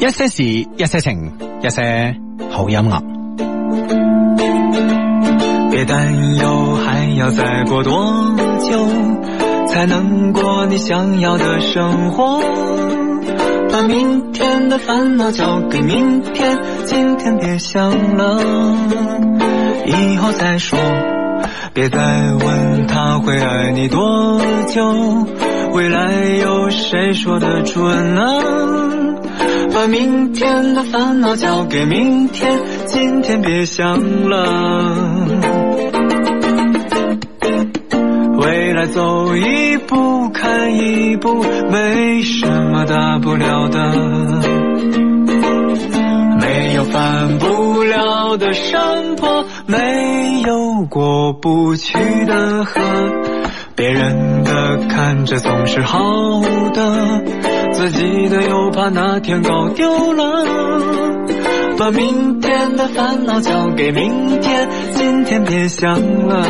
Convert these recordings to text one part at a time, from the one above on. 一些事，一些情，一些好音啊樂。别担忧，还要再过多久才能过你想要的生活？把明天的烦恼交给明天，今天别想了，以后再说。别再问他会爱你多久，未来有谁说得准呢？把明天的烦恼交给明天，今天别想了。未来走一步看一步，没什么大不了的。没有翻不了的山坡，没有过不去的河。别人的看着总是好的，自己的又怕哪天搞丢了。把明天的烦恼交给明天，今天别想了。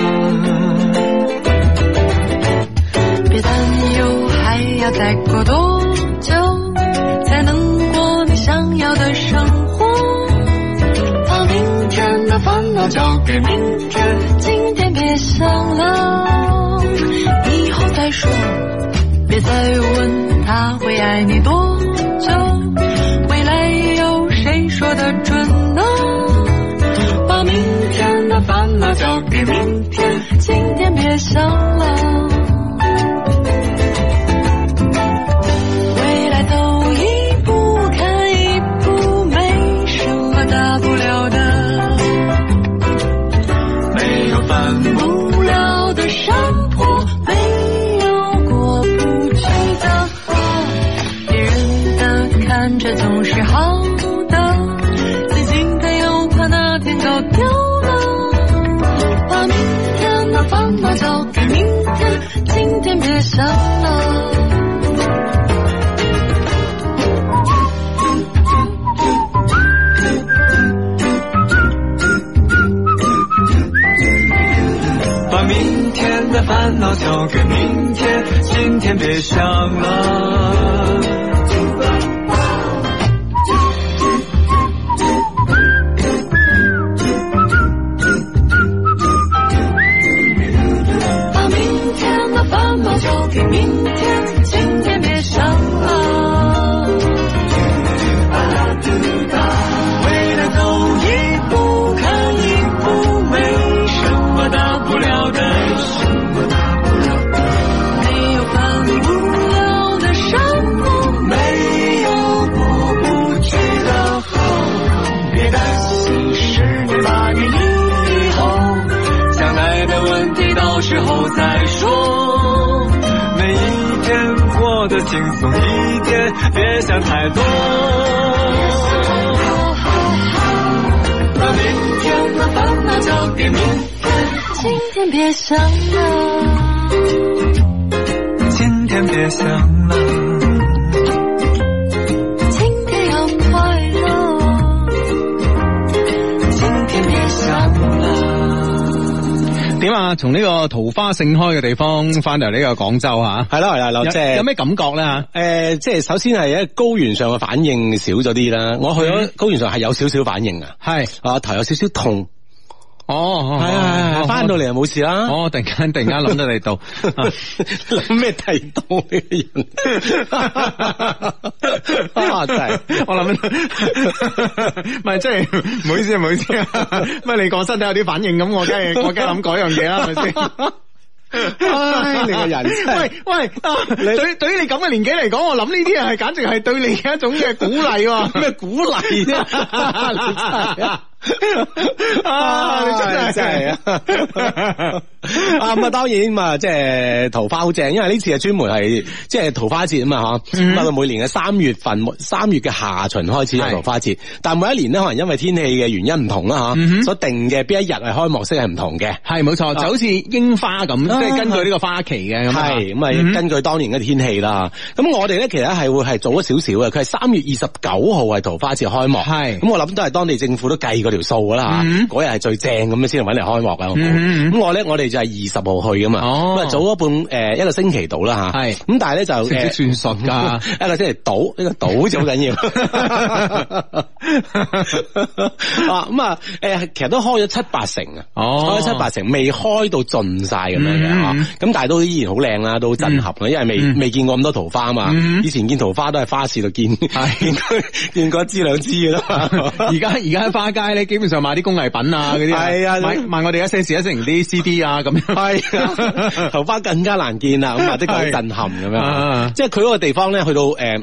别担忧，还要再过多久才能过你想要的生活？把明天的烦恼交给明天，今天别想了，以后再说。别再问他会爱你多久，未来有谁说得准呢？把明天的烦恼交给明天，今天别想了。未来走一步看一步，没什么大不了的。没有翻不无聊的山坡，没有过不去的河。别人的看着总是好的，自己的又怕哪天搞丢了。把明天的烦恼交给明天，今天别想了。把明天的烦恼交给明天，今天别想了。把明天的烦恼交给明天，今天别想了。未来走一步看一步，没什么大不了的。没有翻不了的山路，没有过不去的河，别担心十年八年以后，将来的问题到时候再说。每一天过得轻松一点，别想太多。把明天的烦恼交给明今天别想了。天，今天别想了。今天要快乐，今天别想點啊？從呢個桃花盛開嘅地方翻嚟呢個廣州啊，係啦係啦係啦，即有有係咩感覺咧吓？誒、即係首先係喺高原上嘅反應少咗啲啦。我去咗高原上係有少少反應啊，嗯係啊頭有少少痛，哦哦，係係係，翻到嚟就冇事啦。我突然間突然間諗到你 度，啊諗咩提到你嘅 人啊！真 係我諗， 唔係即 係唔好意思，唔好意思，乜你講身體有啲反應咁，我梗 係我梗係諗嗰樣嘢啦，係咪先？唉，你個人真係喂喂，啊對對於你咁嘅年紀嚟講，我諗呢啲嘢係簡直係對你嘅一種嘅鼓勵喎。咩鼓 勵啊？啊！你真係真係啊！啊咁啊，當然咁啊，即係桃花好正，因為呢次係專門係即係桃花節啊嘛，吓咁啊，每年嘅三月份，三月嘅下旬開始有桃花節，但每一年咧，可能因為天氣嘅原因唔同啦，吓所定嘅邊一日係開幕式係唔同嘅。係冇錯，就好似櫻花咁，啊即係根據呢個花期嘅咁啊。係咁啊，根據當年嘅天氣啦。咁我哋咧其實係會係早咗少少嘅，佢係三月二十九號係桃花節開幕。係咁我諗都係當地政府都計嗰條數㗎啦嗯嗰日係最正咁樣先嚟搵嚟開幕嘅。好唔好嗯嗯嗯咁我咧我哋就係係二十號去噶嘛，哦咁啊早咗半诶一個星期到啦吓， 係咁但係咧就識唔識誒算術㗎一個星期到，呢個到就好緊 要啊咁啊诶，其實都開咗七八成啊，哦開咗七八成，未開到盡晒咁樣嘅嗯嚇嗯咁但係都依然好靚啦，都好震撼啦，因為未嗯未見過咁多桃花啊嘛嗯，以前見桃花都係花市度見，見過 見過一支兩支嘅啦嘛。而家而家喺花街咧，基本上買啲工藝品啊嗰啲，係啊買買我哋一些事一些情啲 CD 啊咁樣。系 啊，头花更加難見啦，咁啊的確好震撼咁啊樣。即係佢嗰個地方咧，去到诶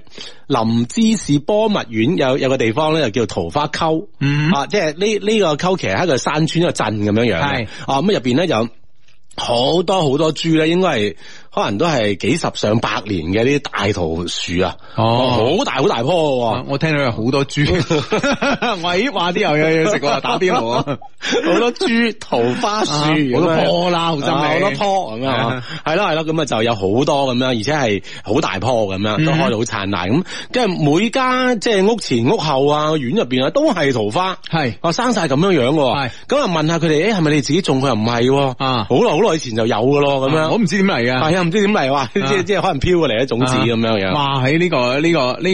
林芝士波密苑有有个地方咧，就叫桃花溝嗯啊，即係呢呢个沟其實係一個山村一個鎮咁樣樣嘅係啊，咁入边咧有好多好多株咧，應該係可能都係幾十上百年嘅呢啲大桃樹啊，哦好大好大棵嘅喎。我聽到有好多豬， 我咦話啲又有嘢食喎，打邊爐啊， 好多株桃花樹，啊好多棵啦好心你啊好多棵咁 樣啊，係咯係咯，咁啊就有好多咁樣，而且係好大棵咁樣，都嗯開到好燦爛咁。跟住每家即係屋前屋後啊，院入邊啊，都係桃花。係啊，生晒咁樣樣喎係，咁啊問下佢哋，誒係咪你自己種？佢又唔係喎，啊好耐好耐以前就有噶咯，咁我樣唔知點嚟㗎。係啊，唔知點嚟哇，即係即係可能飄過嚟嘅種子咁樣樣。啊哇！喺呢、個呢、個呢、個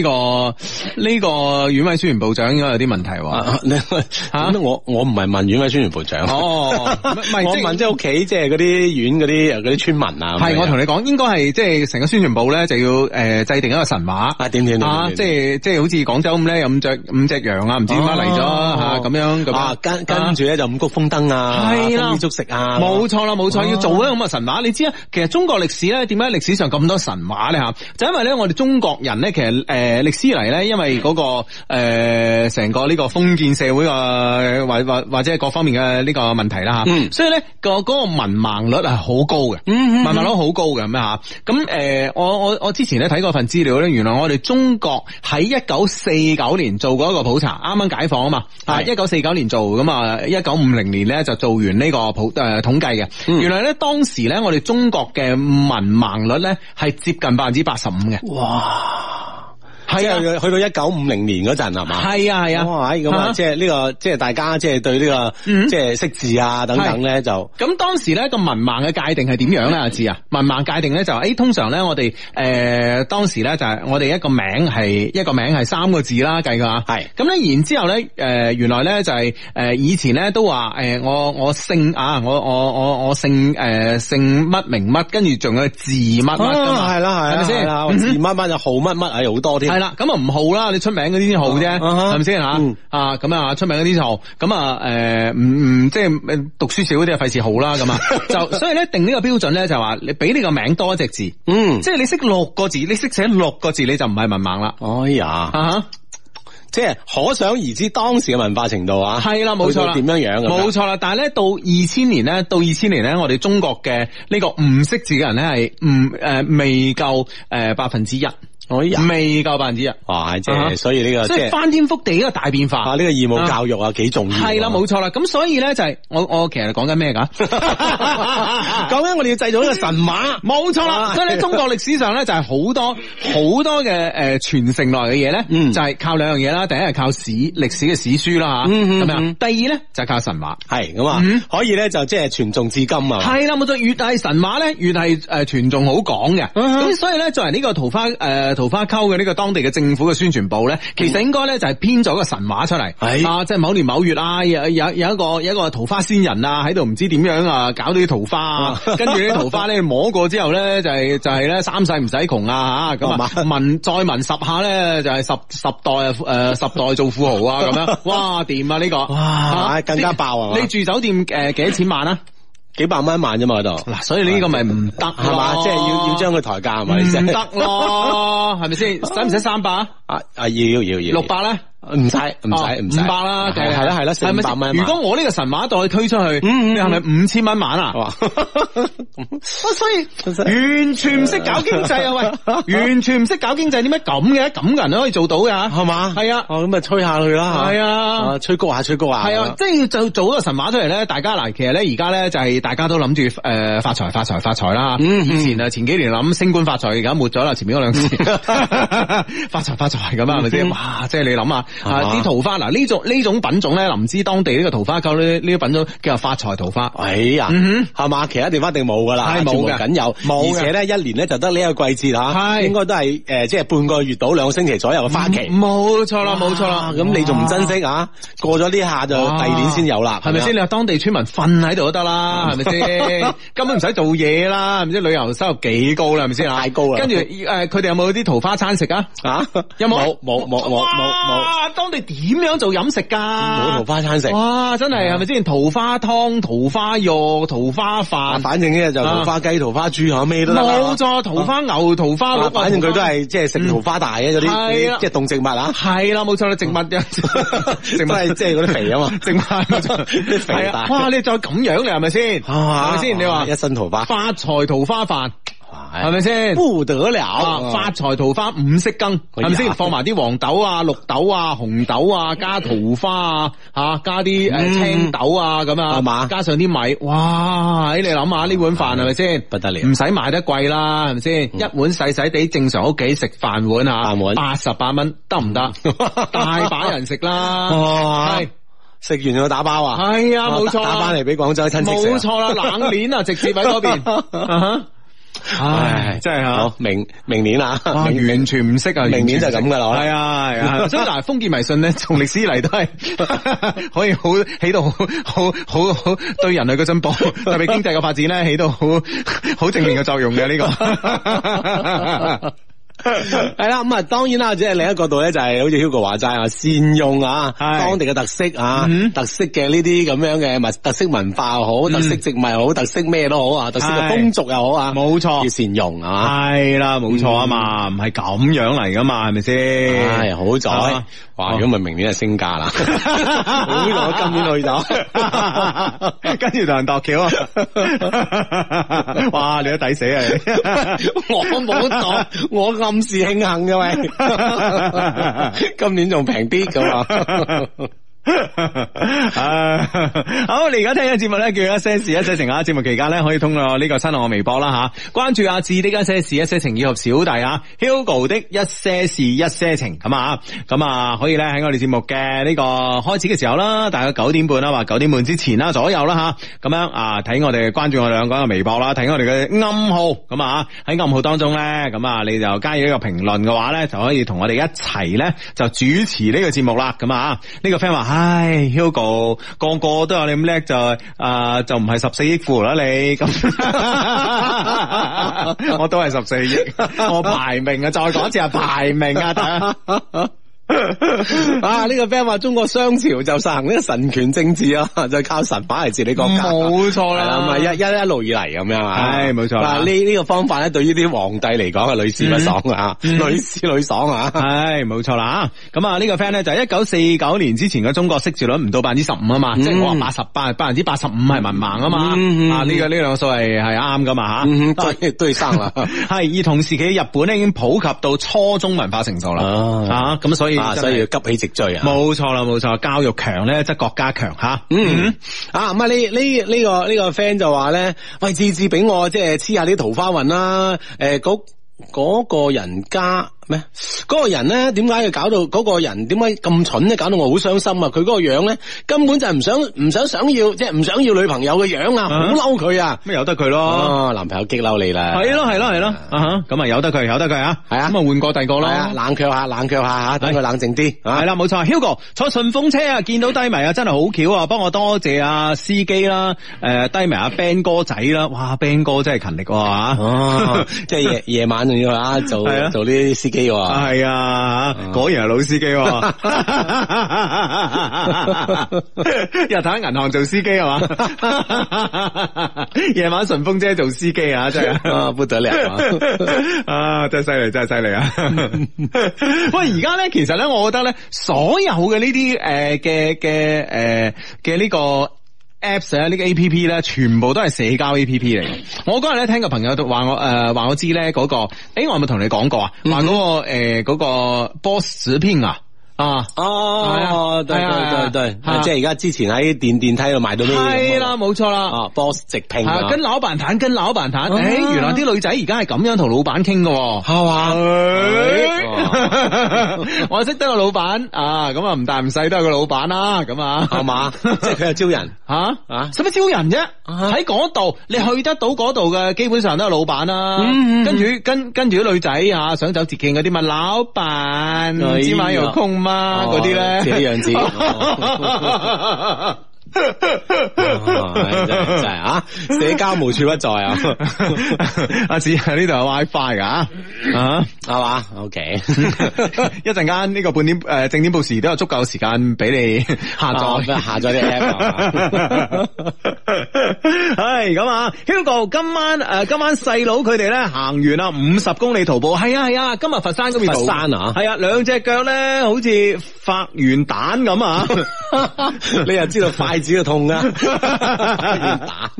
呢、個縣委宣傳部長應該有啲問題喎。啊 你咁我我唔係問院委宣傳部長，哦，唔係我即問即係屋企即係嗰啲院嗰啲嗰啲村民啊，咁係樣我同你講，應該係即係成個宣傳部咧就要诶、呃制定一個神話。啊點點點啊，點即係即系好似廣州咁咧，有五隻五隻羊啊，唔知點解嚟咗吓咁樣咁哦啊樣，跟跟住咧就五谷豐登啊，係啦豐衣足食啊，冇錯啦，冇錯，要做一個咁嘅神話。你知啊，其實中國歷史咧，點解歷史上咁多神話咧吓？就因為咧，我哋中國人咧，其實诶历史嚟咧，因為嗰、個个呃成、個呢個封建社會啊，或或或者係各方面嘅呢個問題啦吓，嗯所以咧個嗰個文盲率係好高嘅，嗯嗯嗯文盲率好高嘅咁样吓。咁诶、呃我我我之前咧睇過份資料咧，原來我哋中國喺一九四九年做過一個普查，啱啱解放啊嘛，啊係一九四九年做咁啊，一九五零年咧就做完呢個普诶、呃、统计嘅。嗯原來咧當時咧我哋中國嘅文盲率咧係接近百分之八十五嘅，即係啊係去到一九五零年嗰陣係嘛？係啊係哇啊，咁啊，即係呢個即係大家即係對呢個嗯即係識字啊等等咧就咁當時咧個文盲嘅界定係點樣咧？阿志啊，文盲界定咧就誒、欸通常咧我哋誒、呃、當時咧就係、我哋一個名係一個名係三個字啦計㗎，係咁咧然之後咧誒、呃原來咧就係、呃以前咧都話誒、呃我我姓啊我我我我姓誒、呃姓乜名乜，跟住仲有字乜乜㗎嘛，啊係啦係啊係啦咪係先？嗯啦，字乜乜啊號乜乜啊好多添系。啦，咁啊唔好啦，你出名嗰啲先好啫，啊哈係咪先吓嗯？啊咁啊，出名嗰啲就好，咁啊诶，唔唔即係呃讀書少嗰啲啊，費事好啦，咁啊，就所以咧定呢個標準咧就話你俾你個名多一隻字，即嗯，係你識六個字，你識寫六個字你就唔係文盲啦，哎呀，啊哈即係可想而知當時嘅文化程度啊，係啦，冇錯啦，去到點樣樣咁樣冇錯啦。但係咧，到二千年咧，到二千年咧，我哋中國嘅呢個唔識字嘅人咧係唔诶未夠诶百分之一，哎呀，未夠百分之一，哇！即嗯啊哈係所以呢個所即以係翻天覆地一個大變化啊呢個義務教育啊幾重要啊。系啦，冇錯啦。咁所以咧就係我我其實講緊咩 㗎？ 講緊我哋要製造一個神話。冇錯啊啦，所以咧中國歷史上咧就係好多好多嘅诶傳承落嚟嘅嘢咧，嗯就係靠兩樣嘢啦。第一係靠史歷史嘅史書啦吓，嗯嗯咁樣嗯第二咧就係靠神話。係咁啊嗯，可以咧就即係傳頌至今啊。係啦，冇錯，越係神話咧，越係诶傳眾好講嘅。嗯咁所以咧，作為呢個桃花诶桃花溝嘅呢個當地嘅政府嘅宣傳部咧，其實應該咧就係編咗個神話出嚟，係啊，即係某年某月啊，有有有一個有一個桃花仙人啊，喺度唔知點樣啊，搞到啲桃花啊，跟住啲桃花咧摸過之後咧，就係就係咧三世唔使窮啊吓，咁啊哦係問再問十下咧，就係十十代诶十代做富豪啊咁 樣，哇掂啊呢個，啊更加爆啊嘛你住酒店诶几多钱晚啊？幾百蚊一晚啫嘛嗰度，嗱，所以呢個咪唔得係嘛？即係要要將佢抬價係咪唔先？得咯，係咪先？使唔使三百啊？啊啊要要要要六百咧？唔使唔哦使唔使五百啦，係係啦係啦四係五咪百先蚊啊一晚如果我呢個神話袋推出去，嗯嗯你係咪五千蚊晚啊？哇哇所以完全唔識搞經濟啊！ 喂，完全唔識搞經濟，點解咁嘅？咁嘅人都可以做到㗎？係 嘛係啊，哦咁啊吹下去啦係啊啊。啊吹高下吹高下系啊，即係就做一個神話出嚟咧，大家嗱，其實咧而家咧就係大家都諗住呃诶發財發財發財啦。嗯嗯以前啊前幾年諗升 官嗯發財，而家沒咗啦，前面嗰兩次發財發財咁啊，係咪先？哇！即係你諗下，啊啲桃花嗱呢種呢種品種咧，林芝當地呢個桃花溝呢呢個品種叫做發財桃花。哎呀，嗯係嘛？其他地方一定冇噶啦，係冇絕無嘅僅有，冇嘅而且咧一年咧就得呢一個季節嚇，係應該都係誒即係半個月到兩個星期左右嘅花期。冇錯啊啦，冇錯啦。咁你仲唔珍惜啊？過咗呢下就哇第二年先有啦，啊啊係咪先？你話當地村民瞓喺度 都得啦，係咪先？根本唔使做嘢啦，唔知旅遊收入幾高啦，係咪先啊？太高啦跟住誒，呃佢哋有冇啲桃花餐食啊？啊？有冇？冇冇冇冇冇哇！當地點樣做飲食㗎？冇桃花餐食。哇！真係係咪先？桃花湯、桃花肉、桃花啊，飯，反正咧就啊桃花雞、桃花豬啊，咩都得啦。冇錯，桃花牛、桃花啊鹿，反正佢都。係即係食桃花大嘅嗰啲係啦啲，即係動植物啊，系啦，冇錯啦，植物嘅 植都係物即係嗰啲肥啊嘛， 植物冇錯啲肥係啊大啊哇！你再咁樣你係咪先？係咪先？你話一啊身桃花，發財桃花飯係係咪先？哎不得啊！了？發財桃花五色羹哎係呀咪先？放埋啲黃豆啊、綠豆啊、紅豆啊，加桃花啊，吓加啲嗯誒青豆啊咁啊，係嘛加上啲米，哇！哎你諗下呢碗飯係咪先？不得了嗯唔使買得貴啦，係咪先？一碗細細地正常屋企食飯碗啊，飯碗嗯八十八蚊得唔得？ 大把人食啦，哇係！食完仲要打包啊？係啊，冇錯打啦打翻嚟俾廣州親戚食啊。冇錯啦，冷鏈啊，直接喺嗰邊。 啊哈唉，真係啊好，明明年啊， 哇明完全唔識啊！明年就咁㗎啦係 啊，係啊，所以嗱，封建迷信咧，從歷史嚟都係 可以好起到好好好好對人類嘅進步， 特別經濟嘅發展咧，起到好 好正面嘅作用 嘅 呢個。系啦，咁啊，當然啦，即係另一個角度咧，就係好似 Hugo 話齋啊，善用啊係當地嘅特色啊嗯，特色嘅呢啲咁樣嘅物，特色文化又好，特色植物又好，特色咩都好啊，特色嘅係風俗又好啊，冇錯要善用啊，嗯係啦，冇錯啊嘛，唔係咁樣嚟噶嘛，係咪唉，先？好在啊，哇，如果唔係明年就升價啦，好在我今年去咗。 跟住同人度橋啊！ 哇，你都抵死啊 你！我 冇當，我暗示慶幸嘅喂，今年仲平啲咁啊！啊好，你而家聽嘅節目咧叫一些事一些情啊！節目期間咧可以通過呢個新浪微博啦吓，關注阿志的一些事一些情以及小弟啊 Hugo 的一些事一些情咁啊，咁啊可以咧喺我哋節目嘅呢個開始嘅時候啦，大概九點半啦啊或九點半之前啦左右啦吓，咁樣啊睇我哋關注我哋兩個嘅微博啦，睇我哋嘅暗號咁啊喺暗號當中咧，咁啊你就加入一個評論嘅話咧，就可以同我哋一齊咧就主持呢個節目啦。咁啊呢個 friend 話：，唉，Hugo 個個都有你咁叻就啊、就唔係十四億富豪啦你咁， 我都係十四億，我排名啊，再講一次啊，排名啊，大家。啊！呢、個 friend 話中國商朝就實行呢個神權政治啊，就靠神話嚟治理國家。冇錯係啦，啦，咁啊一一一路以嚟咁樣啊，係冇錯啦嗱呢呢個方法咧，對於啲皇帝嚟講係屢試不爽啊，嗯屢試屢爽 啊。唉，冇錯啦咁啊呢個 friend 咧就係一九四九年之前嘅中國識字率唔到百分之十五啊嘛，嗯即係我話八十八百分之八十五係文盲啊嘛，嗯嗯啊呢個呢兩個數係係啱噶嘛吓。嗯，對對生啦。係，而同時期日本咧已經普及到初中文化程度啦，啊啊咁所以啊，真係所以要急起直追啊！冇錯啦，冇錯，教育強咧則國家強吓，嗯，啊咁啊呢呢呢個呢、個 friend 就話咧，喂志志俾我即係黐下啲桃花運啦，誒嗰嗰個人家咩？嗰、個人咧點解要搞到嗰、個人點解咁蠢咧？搞到我好傷心啊！佢嗰個樣咧根本就係唔想唔想想要，即係唔想要女朋友嘅樣啊！好嬲佢啊！咁咪由得佢咯，哦，男朋友激嬲你啦，係咯係咯係咯，啊哈咁啊由得佢由得佢啊，係啊咁啊換過第二個係咯，啊，冷卻下冷卻下吓，等佢冷靜啲啊系！啦，冇錯，Hugo 坐順風車啊，見到低迷啊，真係好巧啊！幫我多謝啊司機啦，诶、低迷啊 Ben 哥仔啦，哇 Ben 哥真係勤力喎、啊，哦，即係夜夜晚仲要啊，做係啊做呢啲司機喎。係啊，哦果然係老司機喎、 日頭喺銀行做司機係嘛，夜晚順風車做司機啊，真係。啊，不得了啊！ 啊，真系犀利，真系犀利啊！嗯喂，而家咧，其實咧，我覺得咧，所有嘅呢啲诶嘅嘅诶嘅呢個 Apps 啊咧，呢個 A P P 咧，全部都係社交 A P P 嚟嘅。我嗰日咧聽個朋友話我诶話、我嗯知咧嗰、個，誒我有冇同你講過啊？話嗰、個个诶嗰、個 Boss 片啊？啊，哦，係對啊係啊對對對係啊，即係而家之前喺電電梯度買到咩嘢？係啦，冇錯啦。啊，boss 直聘係啊，跟老闆談，跟老闆談。誒，原來啲女仔而家係咁樣同老闆傾嘅喎。哎係 嘛？我識得個老闆啊，咁啊唔大唔細都係個老闆啦，咁啊係 嘛？即係佢又招人吓啊使乜招人啫？喺嗰度你去得到嗰度嘅，基本上都係老闆啦。嗯嗯嗯跟住跟跟住啲女仔啊，想走捷徑嗰啲咪老闆，哎呀芝麻油空嘛哦嗰啲咧，自己養 自己哦哦真係真係啊！社交無處不在 啊，阿子喺呢度有 WiFi 噶啊 啊！係嘛？OK，一陣間呢個半點誒正點報時都有足夠時間俾你 下啊載。下載啲啊 app 啊。唉，咁啊，Hugo 今晚诶、呃今晚細佬佢哋咧行完啦五十公里徒步，係啊係啊，今日佛山嗰邊徒佛步山啊係啊，兩隻腳咧好似發完蛋咁 啊，你又知道筷子嘅痛啊？ 打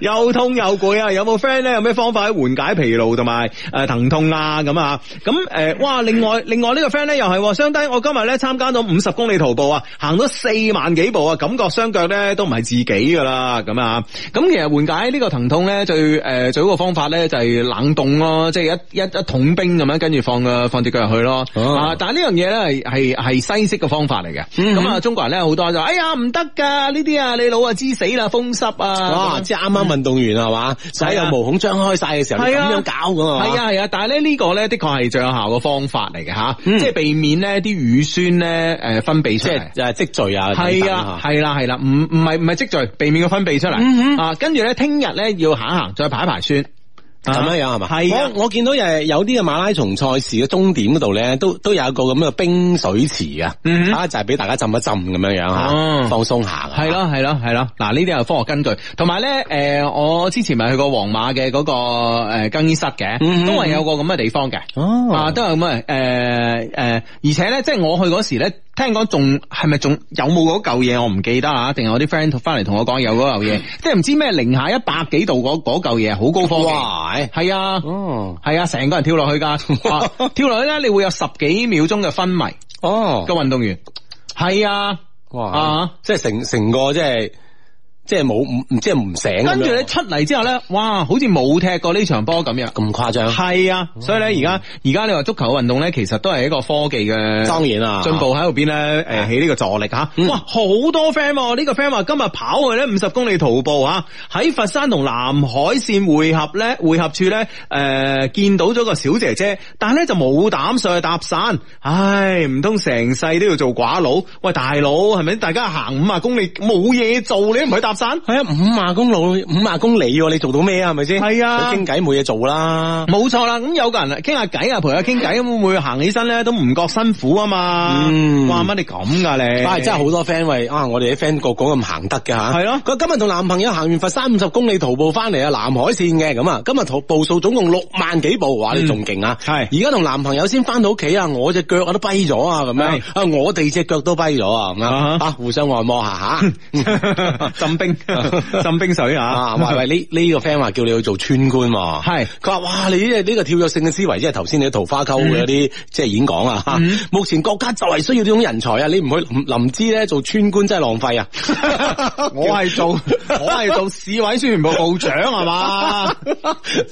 又痛又攰啊！有冇 friend 咧？有咩方法去緩解疲勞同埋诶疼痛啊？咁啊，咁诶、呃哇！另外另外呢個 friend 咧又係喎，相低我今日咧參加咗五十公里徒步啊，行咗四萬幾步啊，感覺雙腳咧都唔係自己噶啦，咁啊，咁其實緩解呢個疼痛咧最诶、呃最好嘅方法咧就係冷凍咯，即係一一一桶冰咁樣，跟住放個放只腳入去咯。哦啊，但係呢樣嘢咧係係係西式嘅方法嚟嘅，嗯咁啊、中國人咧好多就哎呀唔得㗎，呢啲啊你老啊知死啦，風濕啊，哇！即係啱啱運動員係嘛，所有毛孔張開晒嘅時候，你係啊咁樣搞咁啊嘛？系啊系啊，但系咧呢個咧的確係最有效嘅方法嚟嘅吓，即係避免咧啲乳酸咧诶分泌出嗯即嚟。係誒積聚啊，嗯係啊，係啦，係啦，唔唔係唔係積聚，避免佢分泌出嚟啊。跟住咧，聽日咧要行一行，再排一排酸，咁樣樣係嘛？係啊，我我見到誒有啲嘅馬拉松賽事嘅終點嗰度咧，都都有一個咁嘅冰水池啊，嗯哼啊就係俾大家浸一浸咁樣樣哦嚇，放鬆下㗎。係咯，係咯，係咯。嗱，呢啲係科學根據，同埋咧，诶，我之前咪去過皇馬嘅嗰個诶更衣室嘅，嗯都係有個咁嘅地方嘅。啊，哦，都有咁啊，诶、誒，而且咧，即係我去嗰時咧，聽講仲係咪仲有冇嗰嚿嘢，我唔記得啊，定係我啲 friend 翻嚟同我講有嗰嚿嘢，嗯即係唔知咩零下一百幾度嗰嗰嚿嘢，好高科技，哇！誒係啊。哦係啊，成個人跳落 去噶，啊跳落去咧，你會有十幾秒鐘嘅昏迷哦個運動員。係啊，哇啊！即係成成個即係即係冇唔即係唔醒咁樣。跟住咧出嚟之後咧，哇，好似冇踢過呢場波咁樣。咁誇張，係啊，所以咧而家而家你話足球嘅運動咧，其實都係一個科技嘅當然啦，啊進步喺度邊咧，誒起呢個助力嚇，嗯哇好多 friend 喎！呢、個 friend 話今日跑去咧五十公里徒步嚇，喺佛山同南海線匯合咧匯合處咧誒、見到咗個小姐姐，但係咧就冇膽上去搭訕，唉唔通成世都要做寡佬？喂大佬係咪？大家行五啊公里冇嘢做，你都唔去搭訕？系啊，五廿公里，五廿公里喎，你做到咩啊？系咪先？係啊佢傾偈冇嘢做啦。冇錯啦，咁有個人傾下偈啊，陪佢傾偈，咁會唔會行起身咧都唔覺辛苦啊嘛？嗯哇乜你咁噶你？啊！真係好多 friend 喂啊！我哋啲 friend 個個咁行得嘅吓，哎係咯佢話今日同男朋友行完佛山五十公里徒步翻嚟啊，南海線嘅咁啊，今日徒步數總共六萬幾步，哇！你仲勁啊！係而家同男朋友先翻到屋企啊，我只腳啊都跛咗啊，咁樣係啊，我哋只腳都跛咗啊，咁啊樣哈啊，互相按摩下吓。 浸冰浸冰水啊，啊！喂喂，呢呢個 friend 話叫你去做村官喎，係佢話哇，你呢呢個跳躍性嘅思維，即係頭先你桃花溝嗰啲嗯即係演講啊，嚇目前國家就係需要呢種人才啊，你唔去林林芝咧做村官真係浪費啊， 我係做我係做市委宣傳部部長 係嘛？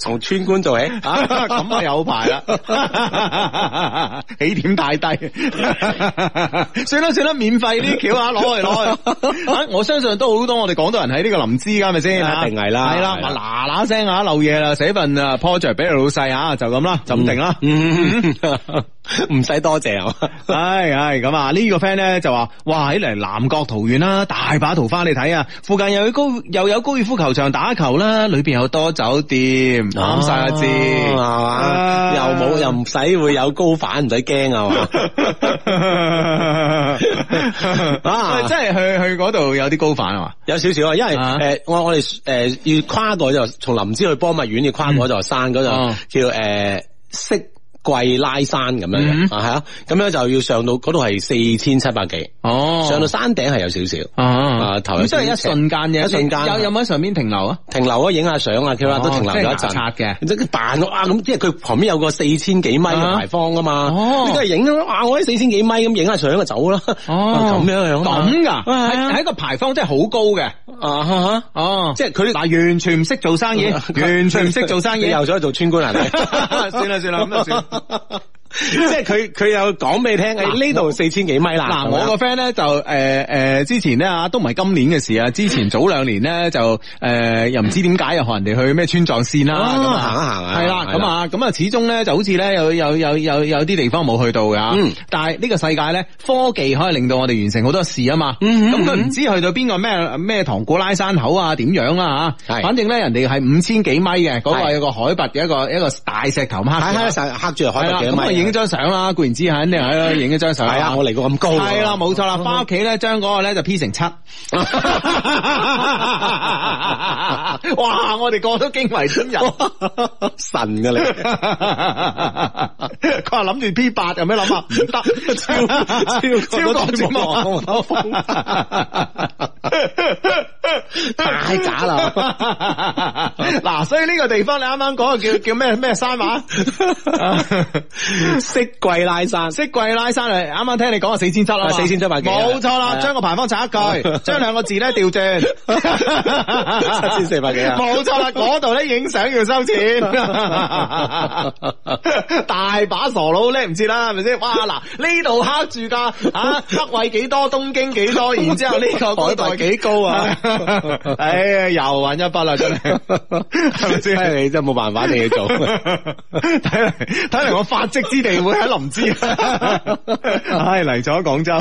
從村官做起。啊 咁啊有 排啦，起點太低，算啦算啦，免費呢啲橋啊，攞去 攞去、啊我相信都好多我哋廣東人喺呢個林芝㗎，係咪先？啊一定係啦係啦，係咪嗱嗱聲啊，漏嘢啦，寫份啊 project 俾你老細啊，就咁啦，就咁定啦。嗯，唔使多謝啊，唉唉，咁啊呢個 friend 咧就話：，哇喺嚟南國桃園啦，大把桃花你睇啊！附近又有高又有高爾夫球場打球啦，裏边有多酒店，啊啱晒阿 志，哦係嘛，啊又冇又唔使會有高反，唔使驚啊嘛。啊！真係去去嗰度有啲高反啊嘛？有少少啊，因為誒、啊呃我我哋誒、呃嗯要跨過就從林芝去波密縣，要跨過座山嗰度哦呃叫誒色桂拉山咁樣嗯嘅，啊係啊，咁樣就要上到嗰度係四千七百幾，哦，上到山頂係有少少。啊啊頭有咁即係一瞬間嘅，一瞬啊間有有冇喺上邊停留啊？停留啊，影下相啊，佢哦話都停留咗一陣。刷嘅。嗯即係佢扮啊咁，即係佢旁邊有個四千幾米嘅牌坊啊嘛，哦你都係影咗啊！我喺四千幾米咁影下相就走啦，哦，咁樣樣 啊嘛咁噶，啊喺喺個牌坊真係好高嘅。啊哈哈哦，即係佢嗱，完全唔識做 生意， 完全唔識做生你意。又想去做村官啊係咪？ 算啦算啦，啊 咁就算。 即係佢佢有講俾你聽，誒呢度四千幾米啊啦。咁嗱，樣我個 friend 咧就誒誒、呃之前咧啊，都唔係今年嘅事啊，之前早兩年咧就誒、呃又唔知點解又學人哋去咩川藏線啦，啊咁啊行啊行啊係啦，係咁啊咁啊，始終咧就好似咧有有有有有啲地方冇去到噶，嗯但係呢個世界咧科技可以令到我哋完成好多事啊嘛，嗯嗯咁佢唔知去到邊個咩咩唐古拉山口啊點樣啦吓，係反正咧人哋係五千幾米嘅，嗰、個係有個海拔嘅一個一個大石頭係係黑係住。實黑住海係拔啦，幾多咁米啊啊？影張相啦，固然之肯定係 啦，影咗張相啦。係啊，我嚟過咁高。係啦，冇錯 啦，翻屋企咧將嗰個咧就 P 成七。哇！我哋個都驚為天 人。神㗎你。 佢話諗住 P 八，有咩諗啊？唔得， 超超過超咗過絕望。太假啦！ 嗱，所以呢個地方你啱啱講嘅叫叫咩咩山 啊話？色桂拉山，色桂拉山嚟，啱啱聽你講啊，四千七啦嘛，啊4700幾啊冇錯啦，係啊將個牌坊拆一 句，將兩個字咧調轉， 7400幾啊冇錯 啦，嗰度咧影相要收 錢，大把傻佬叻唔知啦，係咪先？哇，嗱，呢度黑住噶，啊，北緯幾多，東經幾多，然之後呢個海拔幾高啊哎呀，又揾一筆啦，真係，係咪先？你真係冇辦法，你要做。睇嚟睇嚟，我發迹之地會喺林芝，唉嚟咗廣州。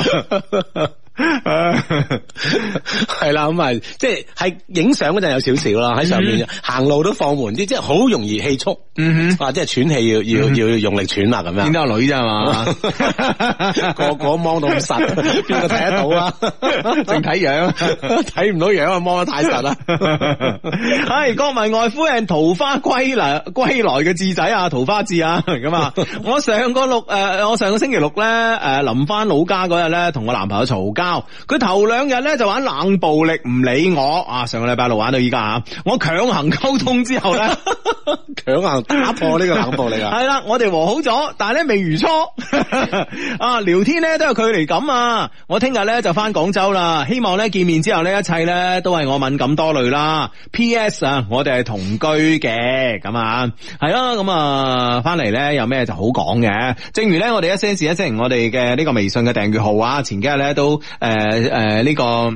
係啦，咁啊，即係喺影相嗰陣有少少啦，喺上面行路都放緩啲，即係好容易氣促，嗯啊，即係喘氣要要要用力喘啦咁哼，見樣。到個女咋嘛？ 個個摸到咁實，邊個睇得到 啊？淨睇 樣。睇唔到樣啊，摸得太實 啦。係國民外夫人桃花歸來歸來嘅志仔啊，桃花志啊，咁啊，我上個六誒、呃我上個星期六咧誒，臨翻老家嗰日咧，同我男朋友嘈交，佢頭兩日咧就玩冷暴力，唔理我啊，上個禮拜六玩到依家啊，我強行溝通之 後咧，強硬啊打破呢個冷暴力啊！係啦，我哋和好咗，但係咧未如 初啊，聊天咧都有距離感啊。我聽日咧就翻廣州啦，希望咧見面之後呢，一切咧都係我敏感多慮啦。P.S. 啊，我哋係同居嘅，咁啊，係啦，咁啊，翻嚟咧有咩就好講嘅。正如咧，我哋一些事一些情，我哋嘅呢個微信嘅訂閱號啊，前幾日咧都誒誒呢個。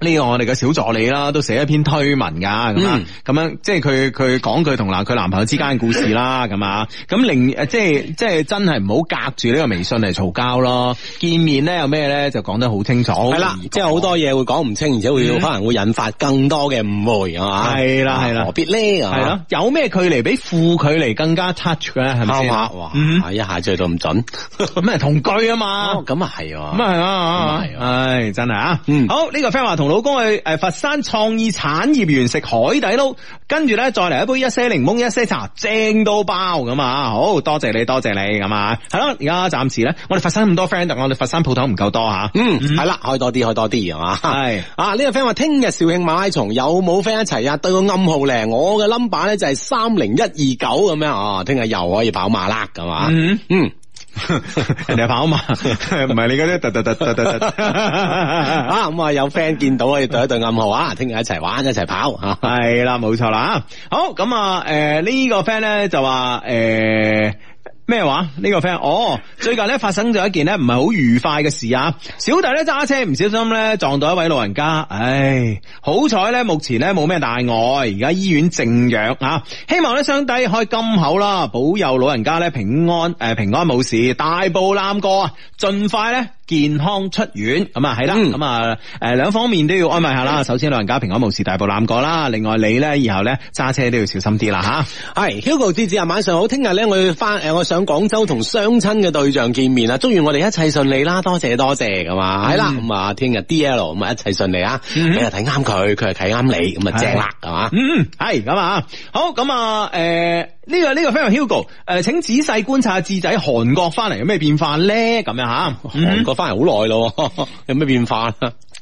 呢個我哋嘅小助理啦，都寫一篇推文噶，咁啊嗯，咁樣即係佢佢講佢同男佢男朋友之間嘅故事啦，咁啊，咁另誒即係即係真係唔好隔住呢個微信嚟嘈交咯，見面咧有咩咧就講得好嗯清楚，係啦，即係好多嘢會講唔清，而且會可能會引發更多嘅誤會啊嘛。係啦係啦何必啊咧？係係咯，，有咩距離比負距離更加 touch 嘅咧，係咪啱先？嘛？哇嗯，一下追到咁準，咁咪同居啊嘛哦，。咁啊係喎咁。啊係咁啊，啊係啊唉，真係啊，嗯好呢個 friend 話同老公去呃誒佛山創意產業園食海底撈，跟住咧再嚟一杯一些檸檬一些茶，正到爆咁啊！好多謝你，多謝你咁啊，係咯，而家暫時咧，我哋佛山咁多 friend，但我哋佛山鋪頭唔夠多吓，嗯，係啦，開多啲，開多啲，係嘛？係 啊，呢個 friend 話聽日肇慶馬拉松有冇 friend 一齊啊？對個暗號咧，我嘅 number 咧就係三零一二九咁樣啊，聽日又可以跑馬啦，咁嘛？ 嗯嗯，人哋跑嘛，唔係你嗰啲突突突突突突， 啊咁啊，有 friend 見到可以對一對暗號啊，聽日一齊玩，一齊跑啊！係啦，冇錯啦，好咁啊，誒、呢、個 friend 咧就話誒。咩話？呢、個 friend 哦，最近咧發生咗一件咧唔係好愉快嘅事啊！小弟咧揸車唔小心咧撞到一位老人家，唉，好彩咧目前咧冇咩大礙，而家醫院靜養啊！希望咧上帝開金口啦，保佑老人家咧平安誒、平安冇事，大步攬過啊！盡快咧健康出院咁啊係啦，嗯咁啊誒兩方面都要安慰下啦。首先老人家平安無事，大步攬過啦。另外你咧以後咧揸車都要小心啲啦吓。係 Hugo 之子啊，晚上好，聽日咧我要翻誒，我上廣州同相親嘅對象見面啊，祝願我哋一切順利啦，多謝多謝咁嗯啊，係啦，咁啊，聽日 D L 咁啊，一切順利啊，你又睇啱佢，佢又睇啱你，咁啊正啦，係嘛？嗯，係咁啊，好咁啊，誒、呢、個呢、個 friend Hugo，誒、請仔細觀察智仔韓國翻嚟有咩變化咧？咁樣吓，嗯韓國翻嚟好耐咯，有咩變化啊？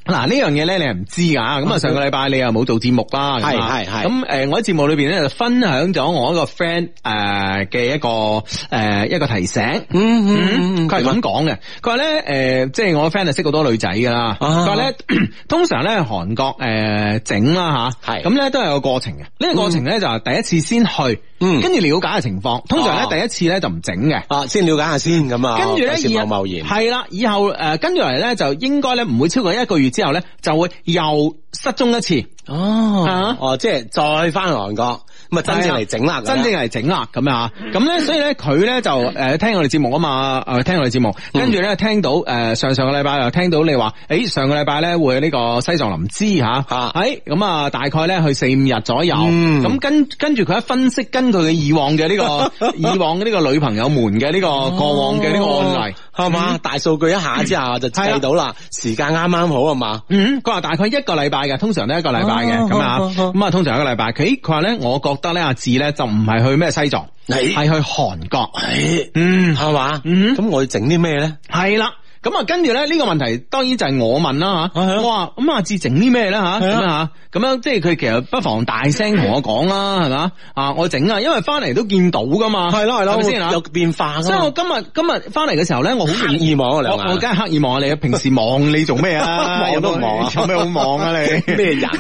嗱呢樣嘢咧，你係唔知噶。咁啊，上個禮拜你又冇做節目啦，咁嗯啊係係係咁誒，我喺節目裏邊咧就分享咗我一個 friend 誒嘅一個誒一個提醒。嗯嗯，佢係啊咁講嘅。佢話咧誒，即係我個 friend 啊係識好多女仔噶啦。啊佢話咧，通常咧韓國誒整啦吓，係咁咧都係有個過程嘅。呢個過程咧就係第一次先去，嗯跟住了解嘅情況。通常哦咧第一次咧就唔整嘅。啊，先了解下先咁啊，跟住咧，先以貿貿然。係啦，以後誒跟住嚟咧，就應該咧唔會超過一個月之後咧，就會又失蹤一次，哦啊，哦，即係再翻韓國，咁啊真正嚟整啦，咁樣真正嚟整啦咁啊！咁咧，所以咧佢咧就誒聽我哋節目啊嘛，誒聽我哋節目，嗯跟住咧聽到誒上上個禮拜又聽到你話，誒上個禮拜咧會呢個西藏林芝吓，啊喺咁啊大概咧去四五日左右，嗯咁跟跟住佢一分析，跟佢嘅以往嘅 呢個以往嘅呢個女朋友們嘅呢個過往嘅呢個案哦例。係嘛？大數據一下之下就嗯係啦啊計到啦，時間啱啱好啊嘛。嗯，佢話大概一個禮拜嘅，通常都一個禮拜嘅哦咁啊，哦哦咁啊通常一個禮拜。佢佢話咧，我覺得咧阿志咧就唔係去咩西藏，係係去韓國。係嗯，係嘛？嗯咁我要整啲咩咧？係啦。咁啊，跟住咧呢個問題當然就係我問啦吓，啊係啊我話咁阿志整啲咩咧係吓，咁啊啊吓，咁樣即係佢其實不妨大聲同我講啦，係嘛啊，我整啊，因為翻嚟都見到噶嘛，係咪會先啊有變化㗎嘛所以我今日今日翻嚟嘅時候咧， 我好刻意啊望啊我兩眼我我梗係刻意望啊下你，平時望你做咩啊？ 望都唔望啊 有咩好望啊你？ 咩人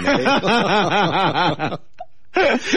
啊你？喺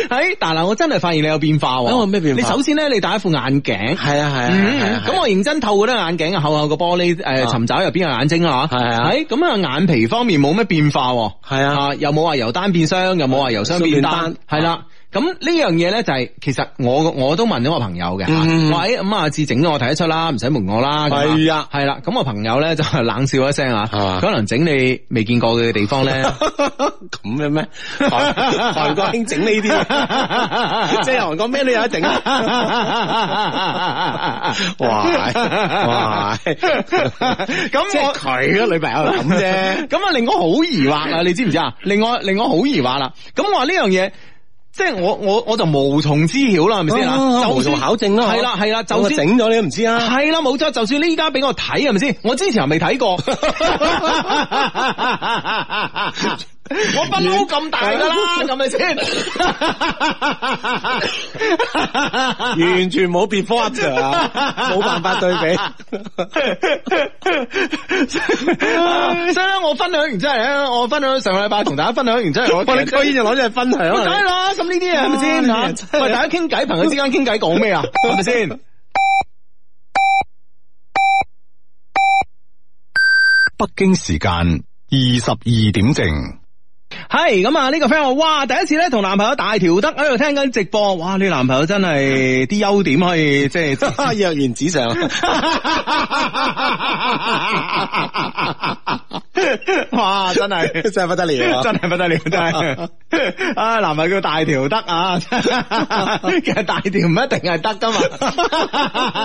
哎但係我真係發現你有變化啊我喎。咩變化你首先咧，你戴一副眼鏡。係啊係啊係啊嗯，係咁啊，我認真透過呢個眼鏡嘅啊厚厚個玻璃，誒，啊尋找入邊嘅眼睛啦，係啊喺咁啊，眼皮方面冇乜變化喎，係啊啊，又冇話由單變雙，又冇話由雙變單雙變，係單啊啦。咁呢樣嘢咧就係，其實我我都問咗我朋友嘅，嗯我話誒咁啊，志整咗我睇得出啦，唔使瞞我啦。咁係啊係啦。咁我朋友咧就 冷笑一聲啊，係嘛佢可能整你未見過嘅地 方咧。咁嘅咩？韓韓國興整呢 啲，即係韓國咩都有得整。啊哇哇，咁即係我佢嘅女朋友係咁啫。咁啊，令我好疑惑 啊！你知唔知啊？令我令我好疑惑啦。咁我話呢樣嘢，即係我我我就無從知曉啦，係咪先啊？就做考證啊啦，係啦係啦，咁 就我算整咗你都唔知啦。係啦，冇錯，就算呢家俾我睇，係咪先？我之前又未 睇過，我不嬲咁大噶啦，係咪 先？完全冇 before after 啊， 冇辦法對比。所以咧，我分享完之後咧，我分享上個禮拜同大家分享完之後，我我哋居然就攞出嚟分享梗係啊！啦，咁呢啲嘢係咪先啊吓？喂，大家傾偈，朋友之間傾偈講咩啊？ 係咪先？北京時間二十二點正。係咁啊！呢個 friend 話：，哇，第一次咧同男朋友大條得喺度聽緊直播，哇！你男朋友真係啲優點可以即係。 若然紙 上， 哇！真係 真係不得了啊！ 真係不得了，真係啊！男朋友叫大條得啊，其實大條唔一定係得噶嘛，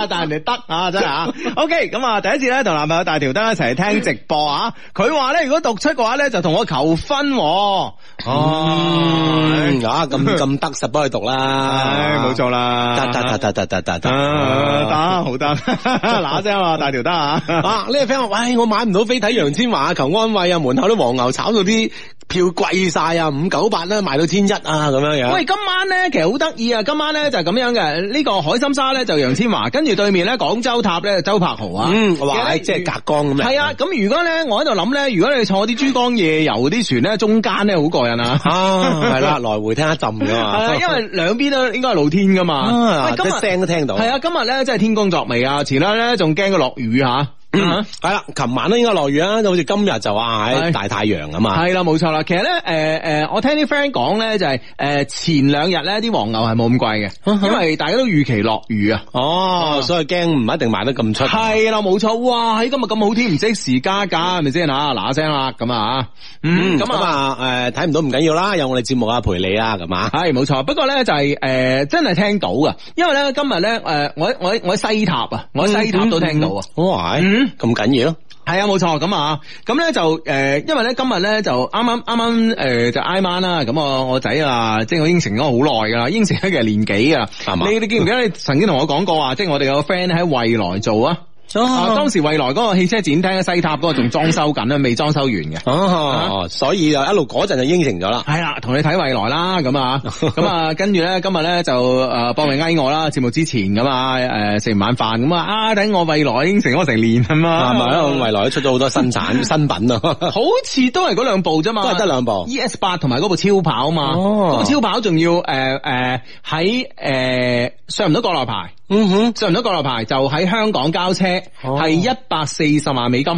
但係人哋得啊，真係啊。OK，咁啊，第一次咧同男朋友大條得一齊聽直播啊，佢話咧如果讀出嘅話咧就同我求婚喎。哦，嗯啊，咁咁得實幫佢讀唉，啦，冇錯啦，得得得得得得得得啊得好得， 嗱聲啊，大條得啊。啊！呢個 friend 話：，喂，我買唔到飛睇楊千嬅，求安慰啊！門口啲黃牛炒到啲票貴晒啊，五九八啦，賣到千一啊，咁樣樣。喂，今晚咧其實好得意啊！今晚咧就係咁樣嘅，呢、個海心沙咧就楊千嬅，跟住對面咧廣州塔咧就周柏豪啊。嗯，哇，其實呢即係隔江咁樣。係啊，咁如果咧，我喺度諗咧，如果你坐啲珠江夜遊啲船咧，中間咧好過癮啊！啊，係 啦，來回聽一浸噶係啊，嘛。因為兩邊都應該係露天噶嘛。 啊，喂即係聲都聽到。係啊，今日咧真係天公作美啊！前兩日咧仲驚佢落雨啊吓。嗯，系啦，琴晚都應該落雨啊，就好似今日就話係喺大太陽啊嘛。係啦，冇錯啦。其實咧，誒、誒、我聽啲 friend 講咧，就係、誒、前兩日咧啲黃牛係冇咁貴嘅，因為大家都預期落雨啊。哦，所以驚唔一定賣得 咁出。系啦，冇錯，哇！喺今日咁好天，唔即時加價，係咪先啊？嗱嗱聲啦，咁啊，嗯，嗯，咁咁啊。啊，诶，睇唔到唔緊要啦，有我哋節目啊陪你啊，咁啊。係冇錯，不過咧就係、诶真係聽到噶，因為咧今日咧诶我我我喺西塔啊，我喺西塔都聽到啊。哇，哎嗯咁緊要？系啊，冇錯咁啊，咁咧就诶、呃因為咧今日咧就啱啱啱啱呃诶就挨晚啦，咁我我仔啊，即係我應承咗我好耐噶啦，應承咗佢年幾噶啦，係嘛你你記唔記得你曾經同我講過啊？即係我哋有個 friend 喺蔚來做啊，啊當時蔚來嗰個汽車展廳喺西塔嗰個仲裝修緊啊，未裝修完嘅。哦，所以就一路嗰陣就應承咗啦。系啦，同你睇未來啦，咁 啊，咁啊，跟住咧，今日咧就诶搏命嗌我啦，節目之前咁啊，诶食完晚飯咁啊，啊等我未來應承咗成年啊嘛，係咪啊？未來都出咗好多新 產新品啊， 好似都係嗰兩部啫嘛，都係得兩部 E S 八同埋嗰部超跑啊嘛，哦嗰部超跑仲要诶诶喺诶上唔到國內牌，嗯哼，上唔到國內牌就喺香港交車，哦係一百四十萬美金，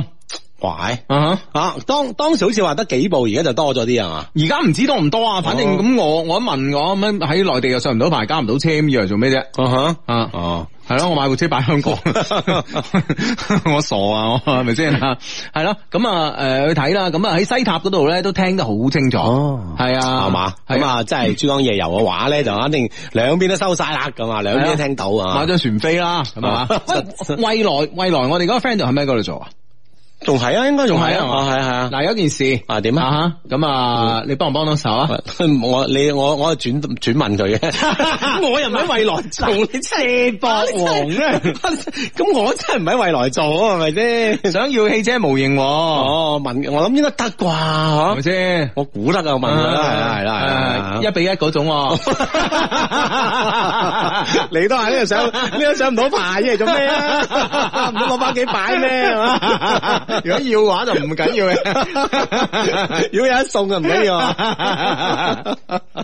喂，啊哈啊，當當時好似話得幾部，而家就多咗啲啊嘛。而家唔知多唔多啊，反正哦咁我我一問我咁樣喺內地又上唔到牌，交唔到車，咁以為做咩啫？啊哈，啊！哦，系咯，我買部車擺香港， 我傻啊，我係咪先啊？係咯，咁啊，诶去睇啦，咁啊喺西塔嗰度咧都聽得好清楚，哦係啊，係嘛？咁係啊，啊，真係珠江夜遊嘅話咧，就肯定兩邊都收晒啦，咁啊，兩邊都聽到啊買。張船飛啦，係嘛啊？喂未來未來，我哋嗰個 friend 仲喺咩嗰度做啊？仲係啊，應該仲係仲係啊啊，係啊係啊。嗱，有一件事啊點啊哈？咁啊，你幫唔幫到手啊？ 我你我我轉轉問佢嘅， 我又唔喺未來做，你赤膊王 咧，咁我真係唔喺未來做啊，係咪先？想要汽車模型喎，哦，問我諗應該得啩係嚇，咪先？啊我估得啊，我問佢啦，係啦係啦係啦，一比一嗰種喎。 你都係呢度上，呢度上唔到牌啫，做咩啊？唔好攞翻幾擺 咩？係嘛如果要嘅話就唔緊要 嘅。如果有得送就唔緊要啊。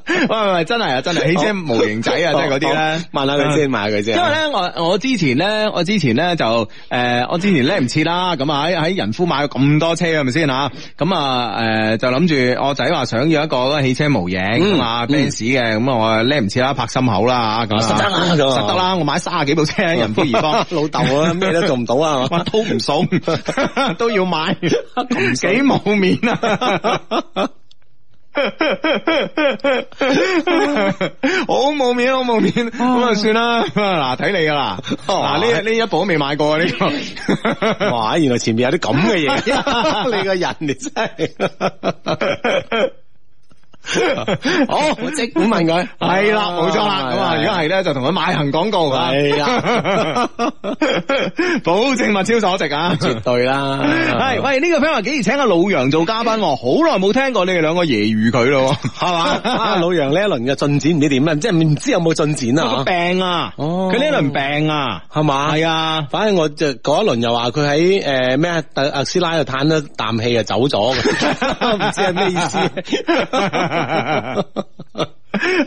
喂喂，真係啊，真係汽車模型仔啊，即係嗰啲咧。問下佢先，問下佢先。因為咧，我我之前咧，我之前咧就诶、呃我之前叻唔切啦，咁啊喺喺仁孚買咗咁多車係咪先吓？咁啊诶，就諗住我仔話想要一個嗰個汽車模型嗯咁啊，Benz 嘅，咁啊我叻唔切啦，拍心口啦咁啊實得啦咁啊實得啦，我買卅幾 部車喺仁孚怡芳。老豆啊，咩都做唔到啊，係嘛乜都唔送， 都要買，幾冇面啊！ 好冇面，好冇面，咁啊算啦。嗱，睇你噶啦，嗱呢呢一部都未買過啊 呢 個。哇！原來前面有啲咁 嘅嘢，你個人你真係。 好，即管問佢。係啦，冇錯啦。咁啊，如果係咧，就同佢買行廣告啊。係啦， 保證物超所值啊！絕對啦，系喂，呢、個 friend 話幾時請阿老楊做嘉賓喎？好耐冇聽過你哋兩個揶揄佢咯，係 啊，嘛？老楊呢一輪嘅進展唔知點啊，即係唔知有冇進展佢啊？病啊，哦佢呢輪病啊，係嘛？係啊。反正我就嗰一輪又話佢喺誒咩啊特特斯拉度嘆咗啖氣就走咗， 唔知係咩意 思。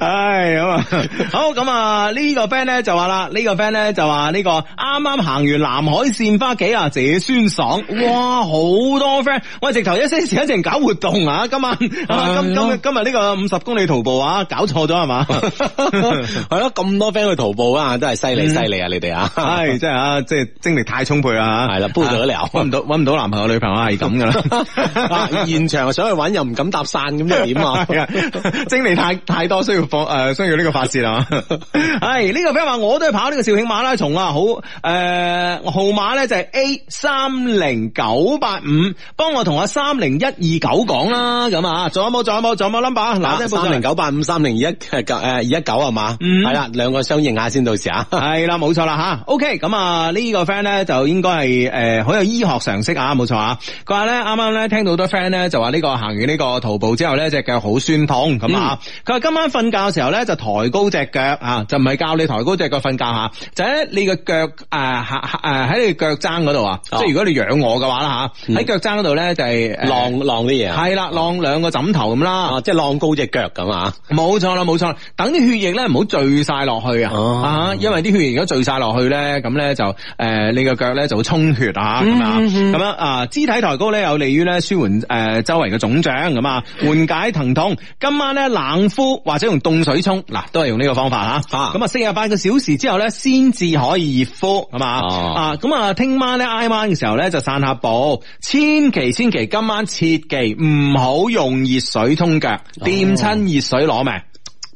唉，咁啊，好咁啊，呢個 friend 咧就話啦，呢個 friend 咧就話呢個啱啱行完南海線花幾啊，謝酸爽，哇，好多 friend，我直頭一些事一陣搞活動啊，今晚啊今今今日呢個五十公里徒步啊，搞錯咗 係嘛？係咯，咁多 friend 去徒步啊，真係犀利犀利啊！你哋啊，唉，嗯真係啊，即係精力太充沛啦，係啦不得了搵唔到搵唔到男朋友女朋友係咁 噶啦， 啊現場想去揾又唔敢搭訕，咁又點 啊？係啊，精力太太多需要放诶、需要呢個發泄啊。 係呢、個 friend 話我都係跑呢個肇慶馬拉松啊，好诶、呃、號碼咧就係 A 三零九八五，幫我同阿三零一二九講啦，咁啊，仲有冇仲有冇仲有冇 number 啊嗱，嗱，聲報上嚟三零九八五三零二一九诶二一九係嘛？嗯係啦，兩個相應下先，到時啊。系啦，冇錯啦吓。OK，咁啊呢個 friend 咧就應該係诶呃好有醫學常識啊，冇錯啊。佢話咧啱啱咧聽到好多 friend 咧就話呢個行完呢個徒步之後咧隻腳好酸痛咁啊。嗯佢話今晚瞓覺嘅時候咧就抬高隻腳啊，就唔係教你抬高隻腳瞓覺吓，就喺你啊個腳诶诶喺你腳踭嗰度啊，即哦嗯係如果你仰我嘅話啦吓，喺腳踭嗰度咧就係呃浪浪啲嘢啊，係啦，晾兩個枕頭咁啦。啊，即係浪高只腳咁啊， 冇錯啦，冇錯啦，等啲血液咧唔好聚晒落去啊，哦啊，因為啲血液如果聚晒落去咧，咁咧就诶你個腳咧就會充血啊，嗯咁啊，咁樣啊，肢體抬高咧有利於咧舒緩诶周圍嘅腫脹咁啊，緩解疼痛。今晚咧冷敷或者用凍水沖，嗱都係用呢個方法吓，啊咁啊四十八個小時之後咧先至可以熱敷，係嘛哦啊，咁啊聽晚咧挨晚嘅時候咧就散下步，千祈千祈哦今晚切記唔好用熱水沖腳，掂親熱水攞命。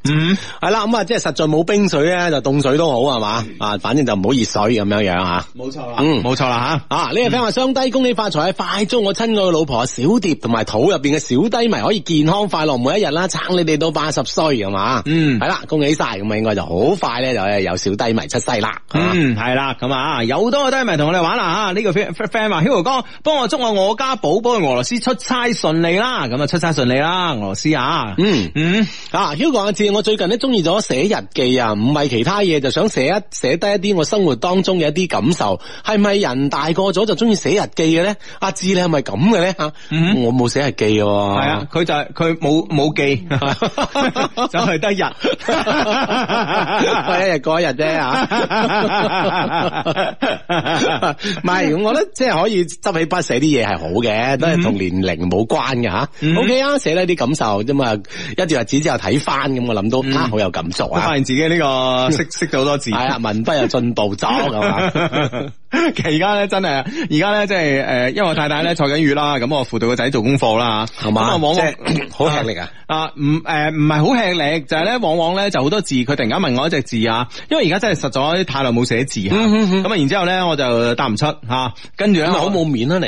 嗯，系啦，咁啊，即系实在冇冰水咧，就凍水都好係嘛，啊，反正就唔好熱水咁樣樣啊。冇错啦，嗯冇错啦啊！呢個 friend 話雙低，恭喜發財！快祝我親愛嘅老婆小蝶同埋肚入边嘅小低迷可以健康快樂每一日啦，撐你哋到八十歲係嘛？嗯係啦，恭喜晒！咁啊，應該就好快咧，就係有小低迷出世啦。吓，嗯，系啦，咁啊，有多都系咪同我哋玩啦吓？呢个 friend friend 话，Hugo 哥，帮我祝我我家寶寶去俄羅斯出差順利啦，咁啊出差順利啦，俄羅斯啊，嗯嗯，啊，Hugo 阿志，我最近咧中意咗寫日記啊，唔係其他嘢，就想寫一寫低一啲我生活當中嘅一啲感受。係咪人大個咗就中意寫日記嘅咧？阿志，你係咪咁嘅咧？吓、嗯我冇寫日記喎。係啊，佢就係佢冇冇記，就 係得日。一日過一日啫吓，唔係，咁我覺得即係可以執起筆寫啲嘢係好嘅，都係同年齡冇關嘅吓。嗯 O K 啊，寫低啲感受啫嘛，一段日子之後睇翻咁，我諗都嗯啊好有感觸 我發啊，現自己呢個 識識咗好多字，係啊，文筆又進步咗咁啊， 其實而家咧真係，而家咧即係诶，誒因為我太太咧坐緊月啦，咁我輔導個仔做功課啦，係嘛咁啊往即往係好吃力啊！啊，唔诶唔係好吃力，就係咧往往咧就好多字，佢突然間問我一隻字啊，因為而家真係實在太耐冇寫字啊，咁啊然之后咧我就答唔出吓，跟住咧嗯咁啊好我冇面啊你，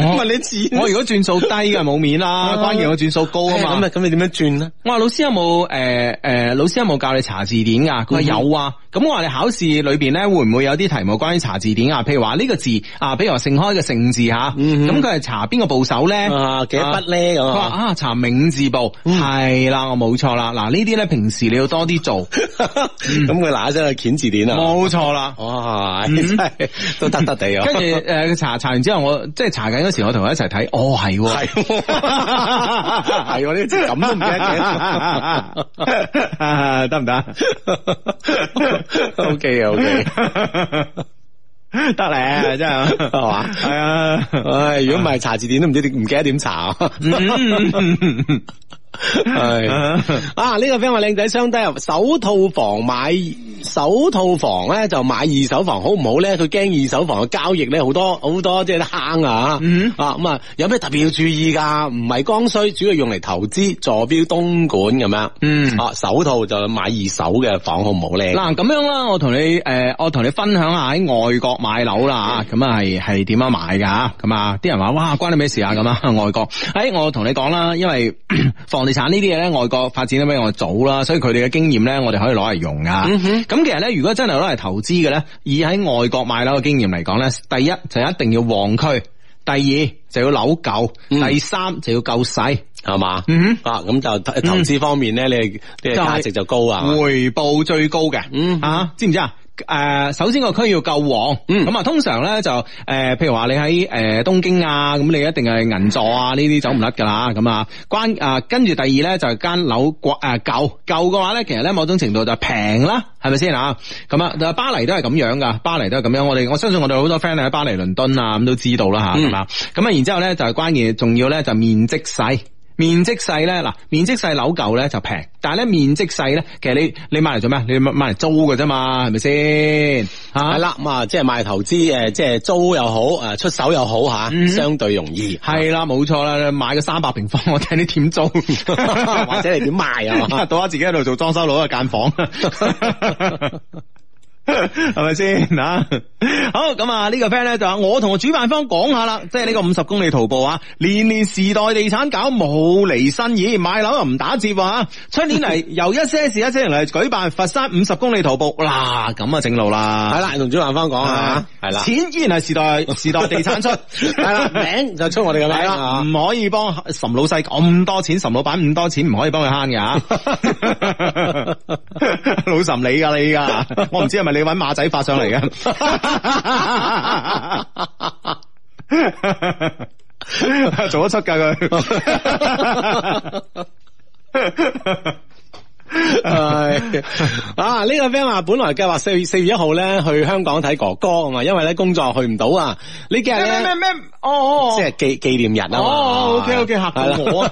唔係你字啊我如果轉數低嘅冇面 啦，關鍵我轉數高啊嘛咁啊，咁你點樣轉咧？我話老師有冇诶诶，老師有冇教你查字典噶？佢嗯話有啊。咁我話你考試裏边咧，會唔會有啲題目關於查字典啊？譬如話呢個字啊，譬如話盛開嘅盛字吓，嗯咁佢係查邊個部首咧？啊，嗯幾多筆咧咁佢話啊？啊，查皿字部係啦，我冇錯啦。嗱，呢啲咧平時你要多 啲做，咁佢嗱一聲去掀字典啊！嗯冇錯啦。哇，真係都得得地 啊！跟住诶，呃佢查查完之後，我即係查緊嗰時，我同佢一齊睇，哦係喎。系 系我呢字咁都唔記得嘅。 得 唔得 O K 啊，O K，得咧，真係係嘛係啊。唉，如果唔係查字典都唔知點唔記得點查。系啊，呢、個 friend 話靚仔相低入首套房買首套房咧就買二手房好唔好咧？佢驚二手房嘅交易咧好多好多即係坑啊！嗯啊咁啊，有咩特別要注意㗎？唔係剛需，主要用嚟投資，坐標東莞咁樣。嗯啊首套就買二手嘅房好唔好咧？嗱咁樣啦，我同你诶、我同你分享下喺外國買樓啦咁啊係係點樣買㗎吓？咁啊，啲人話哇，關你咩事啊？咁啊， 外國，诶、我同你講啦，因為 房地產呢啲嘢咧，外國發展得比我早啦，所以佢哋嘅經驗咧，我哋可以攞嚟用噶。咁、其實咧，如果真係攞嚟投資嘅咧，以喺外國買樓嘅經驗嚟講咧，第一就一定要旺區，第二就要樓夠，第三就要夠細。係嘛？嗯啊，咁就投投資方面咧，你你嘅就係價值就高啊。回報最高嘅，嗯啊，知唔知啊？诶、首先個區要夠旺，嗯咁啊，通常咧就诶、誒譬如話你喺诶、誒東京啊，咁你一定係銀座啊呢啲走唔甩噶啦，咁啊，關啊，跟住第二咧就係間樓貴诶舊舊嘅話咧，其實咧某種程度就平啦，係咪先啊？咁啊，巴黎都係咁樣噶，巴黎都係咁樣，我哋我相信我哋好多 friend 喺巴黎、倫敦啊咁都知道啦吓，嗯咁啊，咁啊，然之後咧就係關鍵，仲要咧就面積細。面積細咧，嗱，面積細樓舊咧就平，但係咧面積細咧，其實你你買嚟做咩？你買買嚟租嘅啫嘛，係咪先？係吓，啦，咁啊，即係賣投資诶，誒即係租又好，诶出手又好吓，相對容易，嗯係啊啦，冇錯啦，買個三百平方，我睇你點租， 或或者你點賣 啊？嘛到下自己喺度做裝修佬嘅間房。係咪先啊？好咁啊！呢個 friend 咧就話我同主辦方講下啦，即係呢個五十公里徒步啊，年年時代地產搞冇離身意，買樓又唔打折啊！出年 嚟由一些事一些人嚟舉辦佛山五十公里徒步，嗱咁啊正路啦，係啦，同主辦方講啊，係啦，錢依然係時代時代地 產出，係啦，名就出我哋嘅名係啦，啊。唔可以幫岑老細咁多錢，岑老闆咁多錢，唔可以幫佢慳㗎。老岑你㗎你㗎，我唔知係咪你搵馬仔發上嚟㗎。做得出㗎 佢。係啊！呢、個 friend 話本來計劃四月四月一號咧去香港睇哥哥啊嘛，因為咧工作去唔到啊。呢幾日咧咩咩哦哦即係紀紀念日啊嘛。哦，OK，OK，嚇 到我啊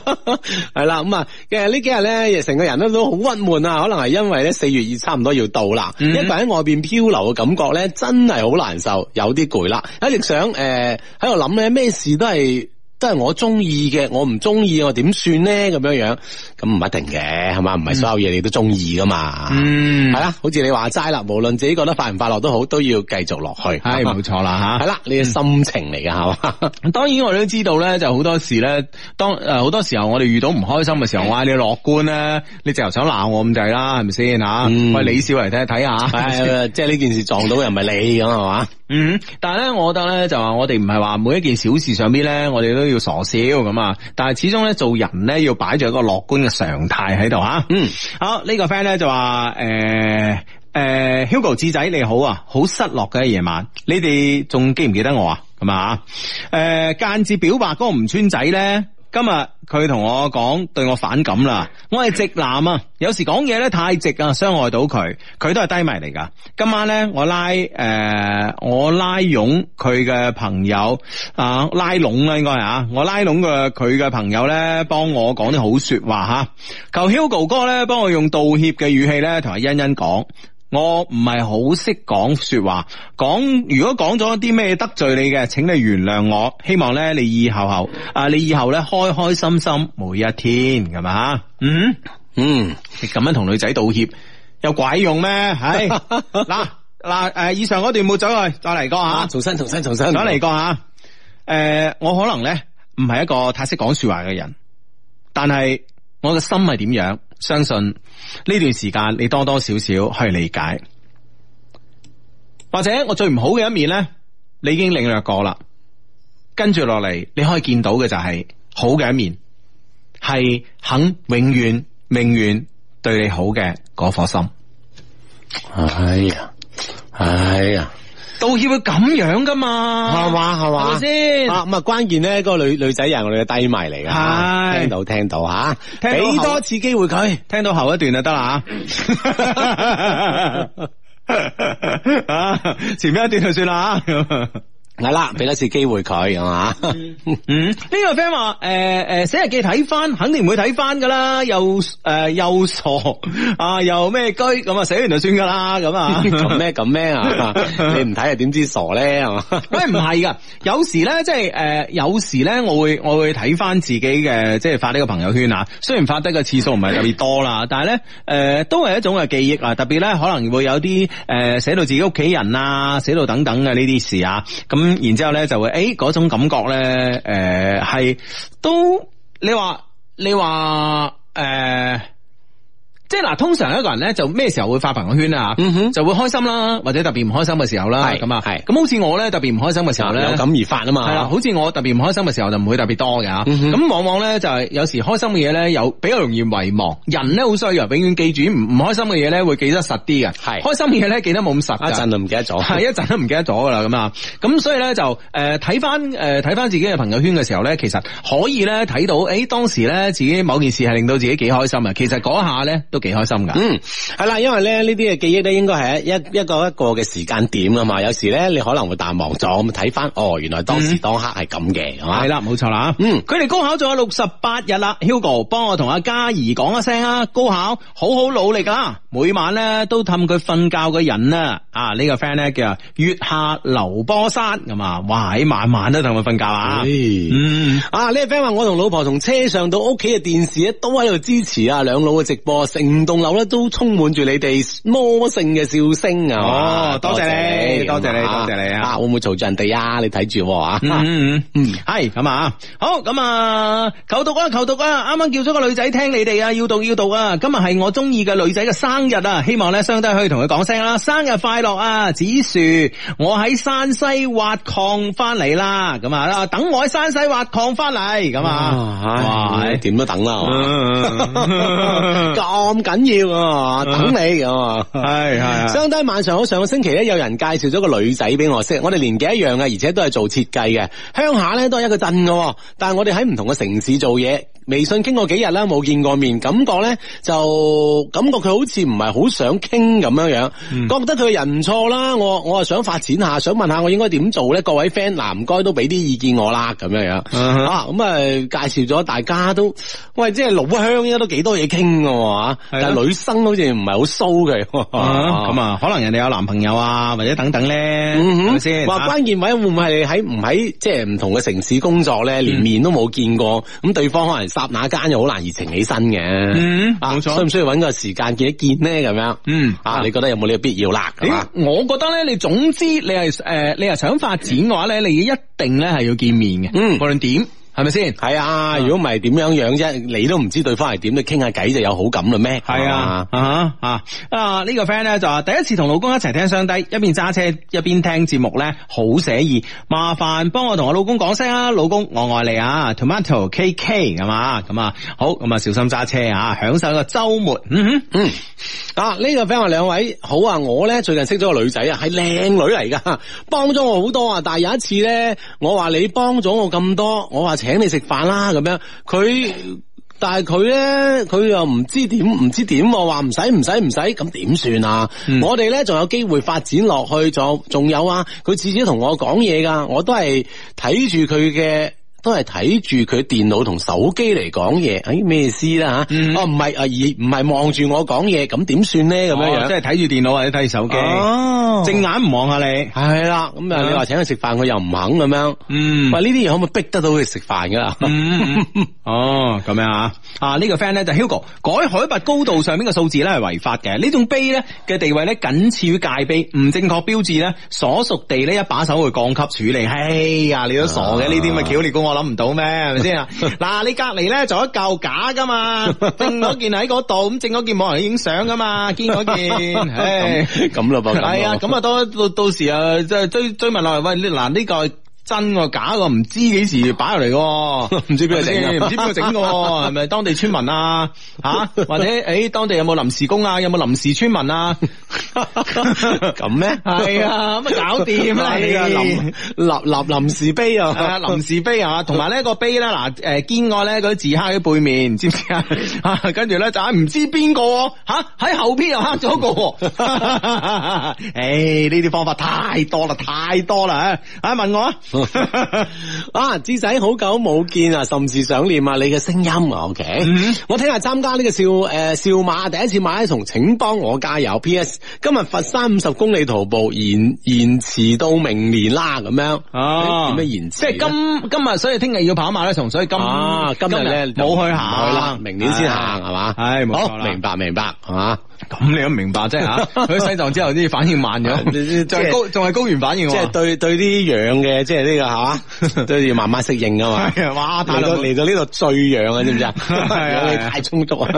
係啦，咁啊，其實呢幾日咧，成個人咧都好鬱悶啊，可能係因為咧四月二差唔多要到啦，嗯一個人喺外邊漂流嘅感覺咧，真係好難受，有啲攰啦，一直想誒喺度諗咧，咩事都係。都係我中意嘅，我唔中意我點算咧？咁樣樣，咁唔一定嘅，係嘛？唔係所有嘢你都中意噶嘛。嗯係啦，好似你話齋啦，無論自己覺得快唔快樂都好，都要繼續落去。係冇錯啦吓。係啦，你嘅心情嚟㗎 係嘛？當然我哋都知道咧，就好多時咧，當誒呃好、多時候我哋遇到唔開心嘅時候，我嗌你樂觀咧，你直頭想鬧我咁滯啦，係咪先吓？嗯喂，你笑嚟睇啊睇下。係 即係呢件事撞到又唔係你咁係嘛？嗯，但係咧，我覺得咧就話我哋唔係話每一件小事上邊咧，我哋都要傻笑咁啊。但係始終咧做人咧要擺住一個樂觀嘅常態喺度吓。嗯，好呢、個 friend 咧就話呃誒誒，Hugo 智仔你好啊，好失落嘅夜晚，你哋仲記唔記得我啊？咁啊，誒、間接表白嗰個吳村仔咧。今日佢同我講對我反感啦，我係直男啊，有時講嘢咧太直啊，傷害到佢，佢都係低迷嚟噶。今晚咧我拉誒、我拉攏佢嘅朋友啊，拉攏啦應該係啊，我拉攏嘅佢嘅朋友咧幫我講啲好說話吓，求 Hugo 哥咧幫我用道歉嘅語氣咧同阿欣欣講。我唔係好識講說話，講如果講咗啲咩得罪你嘅，請你原諒我。希望咧你以後後啊，你以後咧開開心心每一天，係嘛？嗯，嗯，你咁樣同女仔道歉有鬼用咩？ 唉，嗱嗱誒，以上嗰段冇走去，再嚟過吓啊，，重新重新重新，再嚟過啊吓。誒、我可能咧唔係一個太識講說話嘅人，但係我嘅心係點樣，相信呢段時間你多多少少去理解。或者我最唔好嘅一面咧，你已經領略過啦。跟住落嚟，你可以見到嘅就係好嘅一面，係肯永遠、永遠對你好嘅嗰顆心。哎呀，哎呀，道歉會咁樣噶嘛？係嘛係係嘛咪。先？啊咁啊，關鍵咧，嗰個女女仔啊又係我哋嘅低迷嚟噶，係聽到聽到吓，聽到俾後多次機會佢。聽到後一段就 得啦 吓。啊，前面一段就算啦吓。係啦，俾多次機會佢係嘛， 嗯，呢、個 friend 話誒誒寫日記睇翻，肯定唔會睇翻噶啦，又誒、呃又傻啊，又咩居咁啊，寫完就算噶啦 咁啊。咁咩咁 咩啊？你唔睇又點知傻咧係嘛？喂，唔係噶，有時咧，即係誒、呃有時咧，我會我會睇翻自己嘅，即係發呢個朋友圈啊。雖然發得嘅次數唔係特別多啦，但係咧，誒、都係一種嘅記憶啊。特別咧，可能會有啲誒寫到自己屋企人啊，寫到等等嘅呢啲事啊。咁然之後咧，就會誒嗰、種感覺咧，誒、係都你話你話誒。呃即係嗱，通常一個人咧就咩時候會發朋友圈啊？嗯哼就會開心啦，或者特別唔開心嘅時候啦，係咁啊，係咁好似我咧特別唔開心嘅時候咧，有感而發啊嘛，係啦，好似我特別唔開心嘅時候就唔會特別多嘅吓，嗯哼咁、往往咧就係有時開心嘅嘢咧有比較容易遺忘，人咧好衰嘅，永遠記住唔唔開心嘅嘢咧會記得實啲嘅，係開心嘅嘢咧記得冇咁實㗎。一陣就啊唔記得咗，係一陣都唔記得咗噶啦，咁啊，咁所以咧就誒睇翻誒睇翻自己嘅朋友圈嘅時候咧，其實可以咧睇到，誒、當時咧自己某件事係令到自己幾開心啊，其實嗰下咧都幾開心噶，嗯，係啦，因為咧呢啲嘅記憶咧，應該係一一一個一個嘅時間點啊嘛。有時咧，你可能會淡忘咗，咁睇翻，哦，原來當嗯時當刻係咁嘅，係嘛、係啦，冇錯啦。嗯佢哋高考仲有六十八日啦，Hugo 幫我同阿嘉怡講一聲啊，高考好好努力啦，每晚咧都氹佢瞓覺嘅人啊，啊呢、個 friend 咧叫月下流波山咁啊，哇，喺晚晚都氹佢瞓覺啊，唉嗯。啊！呢個 friend 話我同老婆從車上到屋企嘅電視咧，都喺度支持啊！兩老嘅直播，成棟樓咧都充滿住你哋魔性嘅笑聲啊！哦多謝你多謝你多謝你啊啊！會唔會嘈住人哋啊？你睇住啊！嗯嗯嗯，系咁啊，好咁啊，求讀啊，求讀啊！啱啱叫咗個女仔聽你哋啊，要讀要讀啊！今日係我中意嘅女仔嘅生日啊，希望咧相低可以同佢講聲啦，生日快樂啊，紫樹！我喺山西挖礦翻嚟啦，咁啊，等我喺山西挖礦翻嚟，咁啊，哇！唉點都等啦，係嘛哇，咁緊要啊！嗯等你咁啊！ 系系相低晚上好，上個星期咧有人介紹咗個女仔俾我識，我哋年紀一樣嘅，啊而且都係做設計嘅，鄉下咧都係一個鎮嘅喎，但係我哋喺唔同嘅城市做嘢。微信傾過幾日啦，冇見過面，感覺咧就感覺佢好似唔係好想傾咁樣樣，覺得佢人唔錯啦。我我啊想發展下，想問下我應該點做咧？各位 friend，嗱唔該都俾啲意見我啦，咁樣樣、嗯哼啊咁啊介紹咗大家都，喂，即係老鄉應該都幾多嘢傾嘅喎啊係啊但係女生好似唔係好騷佢，啊咁啊，可能人哋有男朋友啊，或者等等咧，係咪嗯先？哼，話關鍵位會唔會係你喺唔喺即係唔同嘅城市工作咧，連面都冇見過，咁對方可能霎那間又好難熱情起身嘅。嗯啊冇錯需唔需要揾個時間見一見咧？咁樣，嗯啊，你覺得有冇呢個必要啦？啊係咦嘛，我覺得咧，你總之你係誒、呃你係想發展嘅話咧，你一定咧係要見面嘅，嗯無論點係咪先？係啊，如果唔係點樣樣啫，你都唔知對方係點，你傾下偈就有好感啦咩？係啊，啊啊啊！呢、個 friend 咧就話第一次同老公一齊聽雙低，一邊揸車一邊聽節目咧，好寫意。麻煩幫我同我老公講聲啊，老公我愛你啊，Tomato K K 咁啊，咁啊好，咁啊小心揸車啊，享受一個周末。嗯哼，嗯，啊呢、個 friend 話兩位好啊，我咧最近識咗個女仔啊，係靚女嚟噶， 幫咗我好多啊。但係有一次咧，我話你幫咗我咁多，我話請你食飯啦咁樣，佢。但係佢咧，佢又唔知點，唔知點喎，話唔使唔使唔使，咁點算啊？我哋咧仲有機會發展落去，仲有仲有啊！佢次次都同我講嘢噶，我都係睇住佢嘅。都係睇住佢電腦同手機嚟講嘢，哎咩意思啦吓？哦唔係啊，而唔係望住我講嘢，咁點算咧？咁樣哦樣即係睇住電腦或者睇住手機，哦正眼唔望下你。係啦，咁啊啊你話請佢食飯，佢又唔肯咁樣。嗯喂呢啲嘢可唔可以逼得到佢食飯噶啦？嗯，嗯 哦，咁樣啊，啊呢、個 friend 咧就 Hugo 改海拔高度上面嘅數字咧係違法嘅，呢種碑咧嘅地位咧僅次於界碑，唔正確標誌咧所屬地咧一把手會降級處理。哎呀，你都傻嘅，呢啲咪橋你估我諗唔到咩？係咪 先啊？嗱，你隔離咧就有一嚿假噶 嘛，正嗰件喺嗰度，咁正嗰件冇人影相噶嘛，堅嗰 件，唉。 咁咯噃，系 嗯啊，咁啊，到到到时啊，即系追追问落嚟，喂，你嗱呢个係真個假個唔知幾時擺入嚟喎，唔知邊個整㗎唔知邊個整嘅喎，係咪當地村民啊？吓、或者誒、欸、當地有冇臨時工啊？有冇臨時村民啊？ 咁咩？係 啊，咁啊搞掂啦！呢個臨立立臨時碑 係啊，啊！臨時碑啊，同埋呢個碑咧，嗱，誒堅愛咧嗰啲字刻喺背面， 知唔知啊？啊跟住咧就係唔知邊個喎吓喺後邊又刻咗個喎， 誒呢啲方法太多啦，太多啦，啊問我啊， 啊，志仔好久冇見啊，甚至想念啊你嘅聲音啊，OK，、我嗯聽日參加呢個少誒、呃少馬第一次馬拉松，請幫我加油。P.S. 今日佛山五十公里徒步延延遲到明年啦，咁樣哦點樣延遲？即係今今日，所以聽日要跑馬拉松，所以今啊，今日咧冇去唔行啊去啦，明年先行係嘛？唉冇錯好啦明白明白係嘛？咁你都明白啫吓，啊 佢喺西藏之後啲反應慢咗，係仲係高仲係高原反應即喎， 係對對啲樣嘅，即係呢個係嘛，都要慢慢適應啊嘛。係啊哇大嚟佬到嚟到呢度最樣啊，知唔知啊？ 係啊氧氣太充足 啊！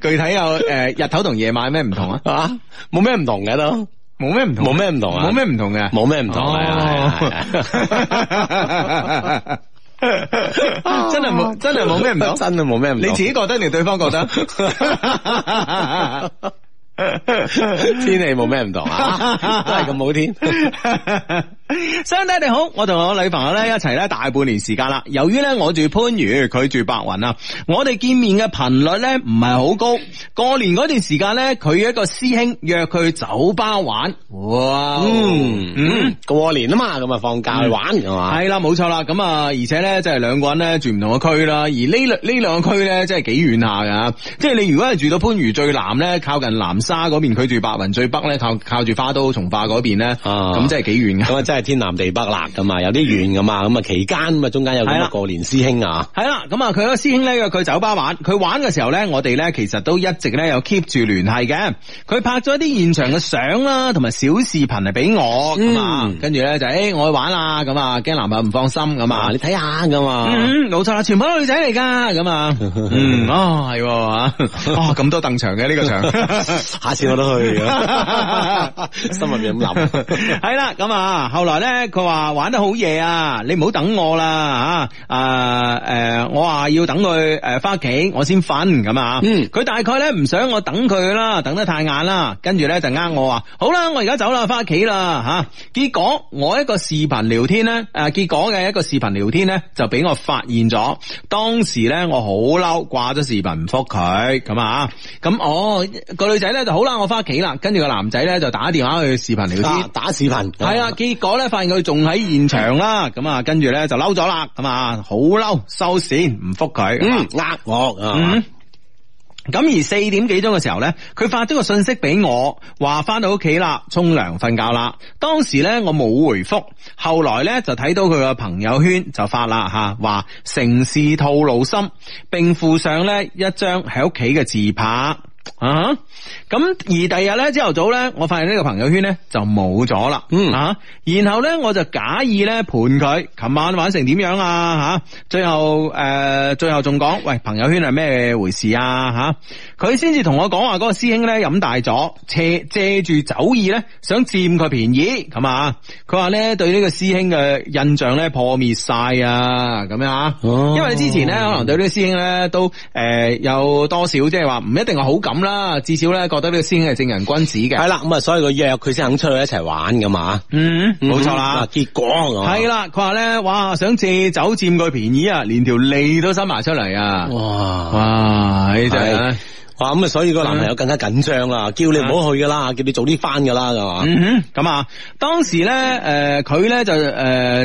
具體有诶日頭同夜晚有咩唔同啊？啊，冇咩唔同嘅都，冇咩唔同，冇咩唔同啊冇咩唔同嘅，冇咩唔同係啊係啊係哦 真係冇，哦真係冇咩唔同。真係冇咩唔同。你自己覺得定對方覺 得？天氣冇咩 唔同啊，都係咁好天。相弟你好，我同我女朋友咧一齊咧大半年時間啦。由於咧我住番禺，佢住白雲啊，我哋見面嘅頻率咧唔係好高。過年嗰段時間咧，佢有一個師兄約佢去酒吧玩，哇，哦嗯嗯嗯，過年啊嘛，咁啊放假去玩係嘛。系啦，冇錯啦，咁啊，而且咧，即係兩個人咧住唔同嘅區啦，而呢兩呢兩個區咧，真係幾遠下噶，即係你如果係住到番禺最南咧，靠近南沙嗰邊，佢住白雲最北咧，靠靠住花都從化嗰邊咧，啊咁真係幾遠噶。咁啊，真係天南地北啦，咁啊有啲遠噶嘛，咁啊期間咁啊中間有係咁啦嘅過年師兄啊，係啦，咁啊，佢個師兄咧約佢酒吧玩，佢玩嘅時候咧，我哋咧其實都一直咧有 keep 住聯繫嘅。佢拍咗啲現場嘅相啦，同埋小視頻嚟俾我咁啊嗯，跟住咧就誒我去玩啦，咁啊驚男朋友唔放心咁啊啊，你睇下噶嘛，嗯，冇錯啦，全部都女仔嚟噶，咁啊，嗯，哦，係喎嚇 哦，咁多凳場嘅呢個場。下次我都去， 心入面咁 諗。係啦，咁啊，後來咧，佢話玩得好夜啊，你唔好等我啦吓，啊诶、誒我話要等佢诶翻屋企，我先瞓咁啊。嗯佢大概咧唔想我等佢啦，等得太晏啦，跟住咧就呃我話，好啦，我而家走啦，翻屋企啦吓。結果我一個視頻聊天咧，诶、結果嘅一個視頻聊天咧就俾我發現咗，當時咧我好嬲，掛咗視頻唔覆佢咁啊，咁哦個女仔咧就好啦，我翻屋企啦，跟住個男仔咧就打電話去視頻聊天打。打視頻系啊，結果咧發現佢仲喺現場啦，咁啊，跟住咧就嬲咗啦，咁啊，好嬲，收線唔復佢。嗯嗯，呃我啊，嗯咁而四點幾鐘嘅時候呢，佢發咗個信息俾我，話翻到屋企啦，沖涼瞓覺啦。當時呢，我冇回覆，後來呢，就睇到佢嘅朋友圈就發啦吓，話城市套路深，並附上呢一張喺屋企嘅自拍。啊！咁而第二日咧，朝頭早咧，我發現呢個朋友圈咧就冇咗啦。嗯啊，然後咧我就假意咧盤佢，琴晚玩成點樣啊？吓、最後誒、呃最後仲講，喂，朋友圈係咩回事啊？吓、佢先至同我講話，嗰個師兄咧飲大咗，哦借借住酒意咧，想佔佢便宜咁啊！佢話咧對呢個師兄嘅印象咧破滅晒啊，咁樣啊，哦因為之前咧可能對呢個師兄咧都誒、呃有多少即係話唔一定係好感啦，至少咧覺得呢個師兄係正人君子嘅。係啦，咁啊，所以佢約佢先肯出去一齊玩噶嘛，嗯，冇錯嗱。啦結果哦係啦，啦，佢話咧，哇，想借酒佔佢便宜啊，連條脷都伸埋出嚟啊！哦哇！哇，嗯呢真係係，哇咁啊，所以個男朋友更加緊張啦，叫你唔好去噶啦，叫你早啲翻噶啦，係嘛？啊嗯哼，咁啊，當時咧，誒、呃佢咧就誒、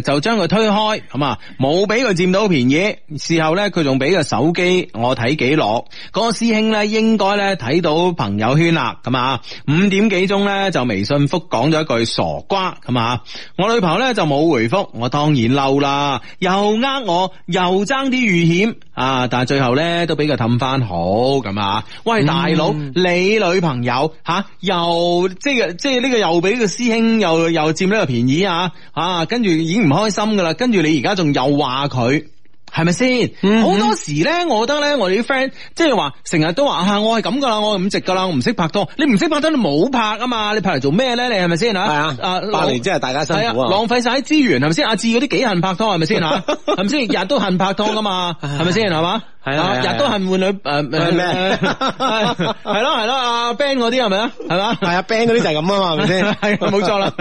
就將佢推開，咁啊，冇俾佢佔到便宜。事後咧，佢仲俾個手機我睇記錄，嗰、個師兄咧應該咧睇到朋友圈啦，咁啊，五點幾鐘咧就微信覆講咗一句傻瓜，咁啊，我女朋友咧就冇回覆，我當然嬲啦，又呃我，又爭啲遇險啊，但係最後咧都俾佢氹翻好，咁啊，喂大佬。你女朋友吓、又即係即係呢個又俾個師兄又又佔呢個便宜啊啊！跟住已經唔開心噶啦，跟住你而家仲又話佢。係咪先？嗯好、多時咧，我覺得咧，我哋啲 friend 即係話成日都話啊，我係咁噶啦，我係咁直噶啦，我唔識拍拖。你唔識拍拖，你冇拍啊嘛，你拍嚟做咩咧？你係咪先吓？係啊，八年真係大家辛係苦啊！浪費晒啲資源係咪先？阿志嗰啲幾恨拍拖係咪先 吓？係咪先？日都恨拍拖噶嘛？係咪先？係嘛？係啊係啊日都恨換女誒誒咩 係咯係咯，阿 Ben 嗰啲係咪啊？係嘛？係啊，band 嗰啲就係咁 啊嘛，係咪先？係冇錯啦，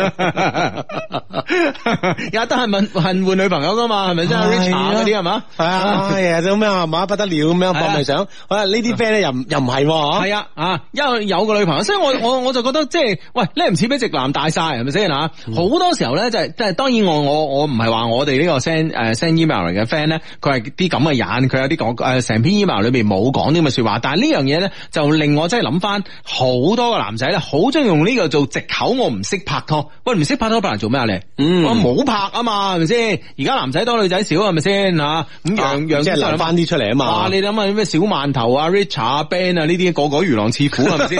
日都恨問恨換女朋友噶嘛？係咪先係啊？Richard 嗰啲係嘛？ 係啊，哎呀，咁樣係嘛，不得了咁樣，搏命想，啊呢啲 friend 咧又唔又唔係喎，係啊，啊，因為有個女朋友，所以 我我我就覺得即係，喂，你唔似俾直男大晒，係咪先吓？嗯好多時候咧就係，即係當然我我我唔係話我哋呢個 send 誒 send email 嚟嘅 friend 咧，佢係啲咁嘅人，佢有啲講誒成篇 email 裏邊冇講啲咁嘅說話，但係呢樣嘢咧就令我真係諗翻好多個男仔咧，好中意用呢個做藉口，我唔識拍拖，喂，唔識拍拖拍嚟做咩啊你？嗯我冇拍啊嘛，係咪先？而家男仔多女仔少係咪先吓？咁樣樣啊即係都係留諗翻啲出嚟啊嘛。哇！你諗下咩小饅頭啊、Richard 啊、Ben 啊呢啲，個個魚狼似虎係 咪先？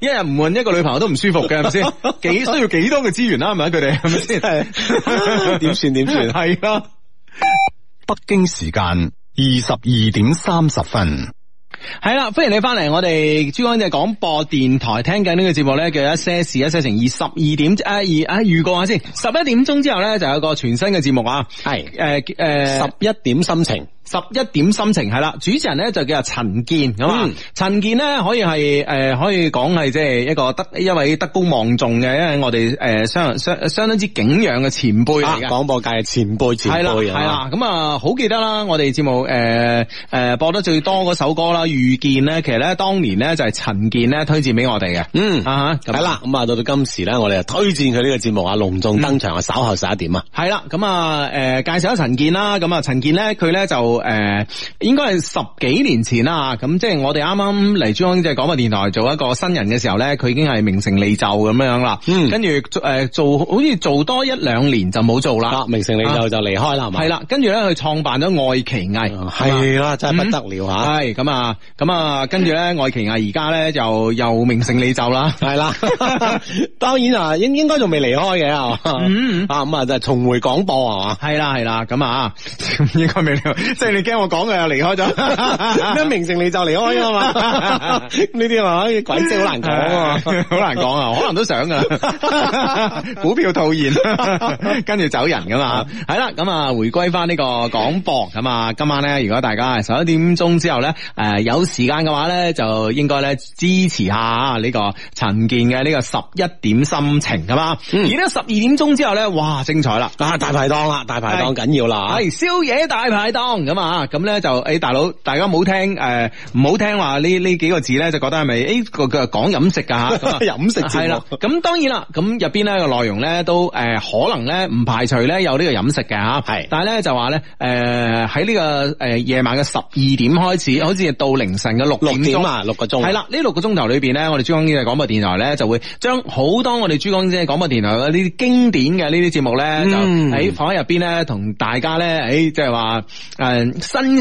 一日唔換一個女朋友都唔舒服嘅係咪先？幾需要幾多嘅資源啦？係咪佢哋係咪先？ 係點算點算係啦。北京時間二十二點三十分。 係啦，歡迎你翻嚟我哋珠江經濟廣播電台聽緊呢個節目咧，叫一些事一些情。二十二點啊二啊預告下先，十一點鐘之後咧就有個全新嘅節目啊。係誒誒，十一點心情，十一點心情係啦，主持人咧就叫阿陳健咁啊嗯。陳健咧可以係誒、呃可以講係即係一個德一位德高望重嘅，因為我哋誒、呃相相相當之敬仰嘅前輩啊嚟嘅。廣播界嘅前輩前係啦，輩係啊，啦，咁啊，好記得啦，我哋節目誒誒播得最多嗰首歌啦，《遇見》咧，其實咧當年咧就係陳健咧推薦俾我哋嘅，嗯啊哈咁係啦，咁啊到到今時咧，我哋就推薦佢呢個節目啊，隆重登場啊，稍後十一點啊，係啦，咁啊，誒、介紹下陳健啦，咁啊，陳健咧，佢咧就呃誒、應該係十幾年前啦，咁即係我哋啱啱嚟珠江經濟廣播電台做一個新人嘅時候咧，佢已經係名成利就咁樣啦，嗯跟住誒做好似做多一兩年就冇做啦啊，，明成你就就離開啦，係嘛？係啦，跟住咧佢創辦咗愛奇藝，啊，係啦，嗯真係不得了吓，係咁啊，咁啊，跟住咧愛奇藝而家咧就又名成利就啦。係 啦，當然啊，應應該仲未離開嘅係嗯嘛，啊咁啊就係重回廣播係嘛。係啦係啦，咁啊， 應該未了，即係你驚我講嘅又離開咗，咩名成你就離開啊嘛？ 呢啲啊， 鬼知好難講啊！ 好難講啊，可能都 想噶，股票套現， 跟住走人噶嘛，係啦，咁啊回歸翻呢個廣播咁啊，今晚咧如果大家十一點鐘之後咧，誒、有時間嘅話咧，就應該咧支持下呢個陳健嘅呢個十一點心情噶嘛，嗯而咧十二點鐘之後咧，哇精彩啦！啊，大排檔啦，大排檔緊要啦，係宵夜大排檔咁咁啊，咁咧就誒大佬，大家唔好聽誒，唔好聽話呢呢幾個字咧，就覺得係咪誒個個講飲食㗎嚇咁啊 飲食節目係啦，咁當然啦，咁入邊咧個內容咧都誒、呃可能咧唔排除咧有呢個飲食嘅吓，係但係咧就話咧誒喺呢個誒、呃夜晚嘅十二點開始，好似到凌晨嘅六六點點鐘啊，六個鐘係，啦，呢六個鐘頭裏邊咧，我哋珠江經濟廣播電台咧就會將好多我哋珠江經濟廣播電台嘅呢啲經典嘅呢啲節目咧，就嗯喺放喺入邊咧，同大家咧，誒即係話誒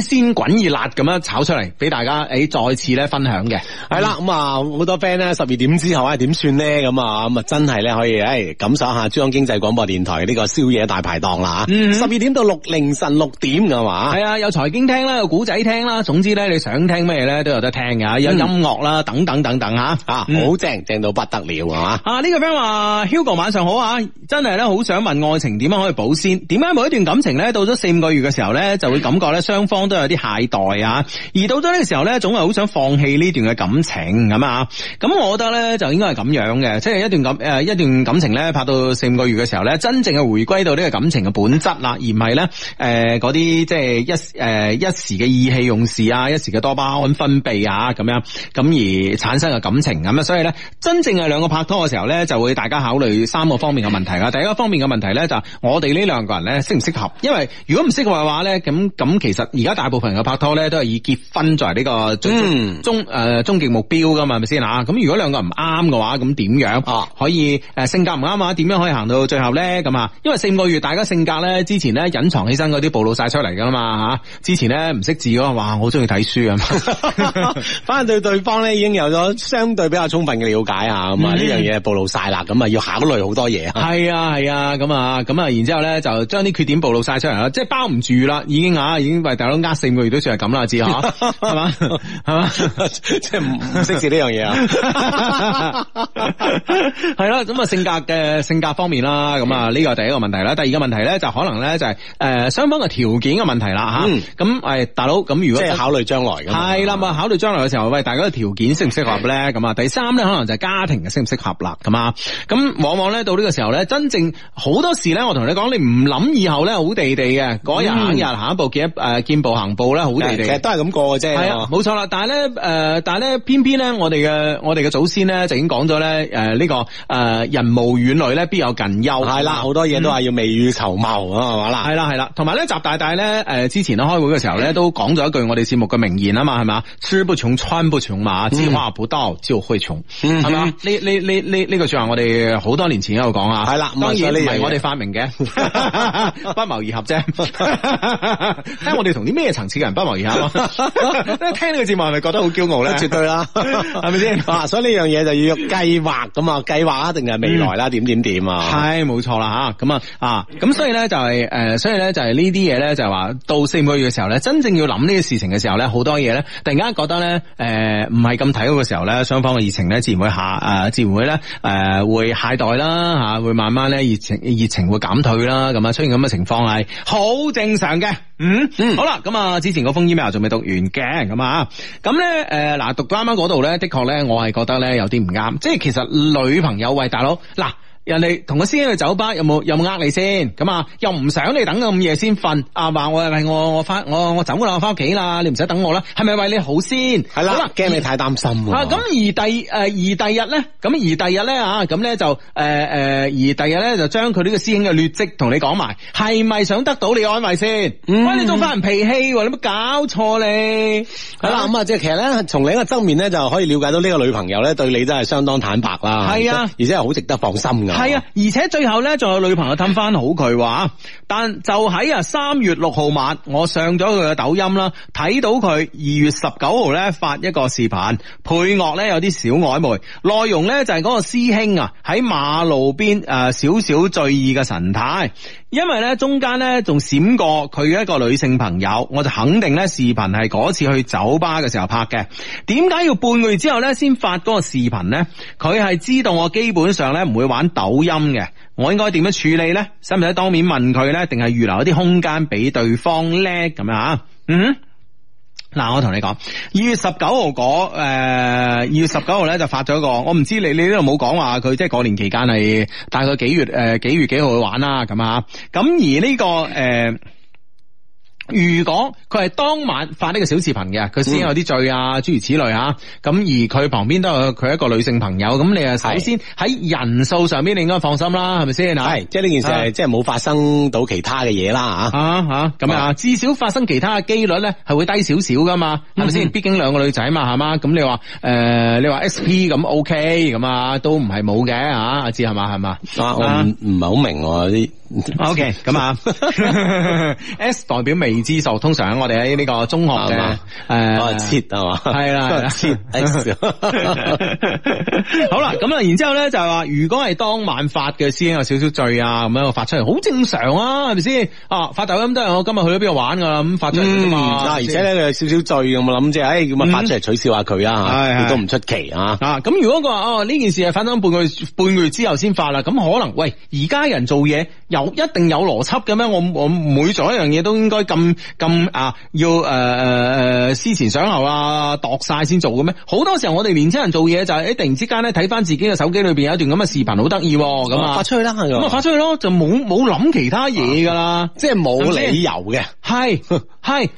新鮮滾熱辣咁樣炒出嚟，俾大家誒再次咧分享嘅。嗯係啦，咁啊好多 friend 咧，十二點之後啊點算咧？咁啊咁啊真係咧可以誒感受一下珠江經濟廣播電台呢個宵夜大排檔啦啊嗯十二點到六凌晨六點㗎嘛，係啊，有財經聽啦，有古仔聽啦，總之咧你想聽咩咧都有得聽噶，有音樂嗯啦，等等等等吓啊嗯好正正到不得了啊！啊！呢、個 friend 話，Hugo 晚上好啊，真係咧好想問愛情點樣可以保鮮？點解每一段感情咧到咗四五個月嘅時候咧，就會感覺咧雙方都有啲懈怠啊，而到咗呢個時候咧，總係好想放棄呢段嘅感情咁啊。咁我覺得咧就應該係咁樣嘅，即係一段感誒、呃一段感情咧拍到四五個月嘅時候咧，真正係回歸到呢個感情嘅本質啦，而唔係咧誒嗰啲即係一誒、呃一時嘅意氣用事啊，一時嘅多巴胺分泌啊咁樣，咁而產生嘅感情咁啊，所以咧真正係兩個拍拖嘅時候咧，就會大家考慮三個方面嘅問題啦。第一個方面嘅問題咧就係我哋呢兩個人咧適唔適合，因為如果唔適合嘅話咧，咁咁其實而家大部分人嘅拍拖咧都係以結婚作為呢個最嗯終誒終呃極目標噶嘛，係咪先啊？咁如果兩個人唔啱嘅話，咁點樣啊可以誒、呃性格唔啱啊？點樣可以行到最後咧？咁啊，因為四五個月大家性格咧之前咧隱藏起身嗰啲暴露晒出嚟噶嘛吓，之前咧唔識字嗰個話我好中意睇書啊嘛， 反正對對方咧已經有咗相對比較充分嘅了解啊，咁啊嗯呢樣嘢暴露晒啦，咁啊要考慮好多嘢啊。係啊係啊，咁啊咁啊，然之後咧就將啲缺點暴露晒出嚟啦，即係包唔住啦，已經啊，已經喂大佬呃四五個月都算係咁啦，知啊，係嘛係嘛。即係唔 唔識字呢樣嘢啊！ 係啦，咁啊性格嘅性格方面啦，咁嗯啊呢個第一個問題啦，第二個問題咧就可能咧就係誒雙方嘅條件嘅問題啦嗯吓，咁誒大佬咁 如即果係考慮將來咁。係啦，咁啊考慮將來嘅時候，喂，大家嘅條件適唔適合咧？咁啊，第三咧可能就係家庭嘅適唔適合啦，咁啊，咁往往咧到呢個時候咧，真正好多時咧，我同你講，你唔諗以後咧好地地嘅，嗰日行一日嗯行一步見一誒見步行步咧好地其地實嘅。都係咁過嘅啫。係啊，冇錯啦。但係咧，誒、但係咧，偏偏咧，我哋嘅我哋嘅祖先咧，就已經講咗咧，誒、呢、個誒、人無遠慮咧，必有近憂。係啦，好多嘢都係要未雨綢繆啊，係嘛啦。嗯系啦系啦，同埋咧，習大大咧，诶、之前咧開會嘅時候咧，都講咗一句我哋節目嘅名言啊嘛，係嘛，吃不窮，穿不窮嘛，計劃不到就會窮，嗯係嘛？呢呢呢呢呢個说話我哋好多年前喺度講啊，係啦咁啊當所以然呢唔樣嘢係我哋發明嘅， 不謀而合啫。 睇我哋同啲咩層次嘅人不謀而 合，聽呢個節目係咪覺得好驕傲咧？絕對 啦，係咪先啊，所以呢樣嘢就要計劃咁啊，計劃一定係未來啦，點點點啊。係冇錯啦吓，咁啊啊，咁所以咧就係、誒、所以咧就係呢啲嘢咧就係話到四五個月嘅時候咧，真正要諗呢啲事情嘅時候咧，好多嘢咧，突然間覺得咧誒唔係咁睇好嘅時候咧，雙方嘅熱情咧自然會下誒、自然會呃咧誒、會懈怠啦吓、會慢慢咧熱情熱情會減退啦，咁啊出現咁嘅情況係好正常嘅。嗯，好啦，咁啊，之前嗰封 email 仲未讀完嘅，咁啊，咁咧，誒、嗱，讀啱啱嗰度咧，的確咧，我係覺得咧有啲唔啱，即係其實女朋友喂大佬嗱。人哋同個師兄去酒吧有冇有冇呃你先？咁啊，又唔想你等到咁夜先瞓啊！話我喂我我翻我我走啦，我翻屋企啦，你唔使等我啦，係咪為你好先？係好啦，驚你太擔心啊，咁而第誒、而第日咧，咁而第日咧啊，咁咧就誒誒、而第日咧就將佢呢個師兄嘅劣跡同你講埋，係咪想得到你安慰先？喂，你仲發人脾氣喎，你乜搞錯你？係啦，咁啊，即係其實咧，從另一個側面咧，就可以了解到呢個女朋友咧，對你真係相當坦白啦。係啊而且係好值得放心噶。係啊，，而且最後咧，仲有女朋友氹翻好佢話，但就喺啊三月六號晚，我上咗佢嘅抖音啦，睇到佢二月十九號咧發一個視頻，配樂咧有啲小曖昧，內容咧就係嗰個師兄啊喺馬路邊誒少少醉意嘅神態，因為咧啊中間咧仲閃過佢一個女性朋友，我就肯定咧視頻係嗰次去酒吧嘅時候拍嘅。點解要半個月之後咧先發嗰個視頻咧？佢係知道我基本上咧唔會玩抖音嘅，我應該點樣處理咧？使唔使當面問佢咧？定係預留一啲空間俾對方咧？咁樣啊？嗯。嗱，我同你講，二月十九號嗰誒呃二月十九號咧就發咗一個，我唔知你你呢度冇講話佢即係過年期間係大概幾月誒、呃、幾月幾號去玩啦咁啊，咁而呢、個誒。呃如果佢係當晚發呢個小視頻嘅，佢先有啲罪啊，諸如此類啊。咁而佢旁邊都有佢一個女性朋友，咁你啊首先喺人數上邊你應該放心啦，係咪先啊？系，即系呢件事啊係即係冇發生到其他嘅嘢 啦吓。啊吓咁啊，至少發生其他嘅機率咧係會低少少噶嘛，嗯係咪先？畢竟兩個女仔嘛，係嘛？咁你話诶、誒你話 S P 咁 O K 咁啊，都唔係冇嘅吓，阿志係嘛係嘛？啊，我唔唔係好明喎啲 O K，咁啊 ，S 代表未知數，通常我哋喺呢個中學嘅呃啱诶啊，哦切係嘛，係啦係啦切 X，好啦，咁啊，然之后咧就係話，如果係當晚發嘅，先有少少罪啊，咁樣發出嚟，好正常啊，係咪先？啊，發抖音都係我今日去咗邊度玩噶啦，咁發出嚟啫嗯嘛。啊，而且咧佢有少少醉咁，我諗即係，唉，咁啊發出嚟取笑下佢係啊，係亦都唔出奇啊。啊，咁如果佢話哦呢件事係發生半個月半個月之後先發啦，咁可能喂而家人做嘢有一定有邏輯嘅咩？我我每做一樣嘢都應該咁咁啊，要誒誒誒呃思前想後啊，度晒先做嘅咩？好多時候我哋年輕人做嘢就係、誒突然之間咧睇翻自己嘅手機裏邊有一段咁嘅視頻好得意喎咁啊，發出去啦，咁啊咁發出去咯，就冇冇諗其他嘢㗎啦。即係冇係咪先理由嘅。 系系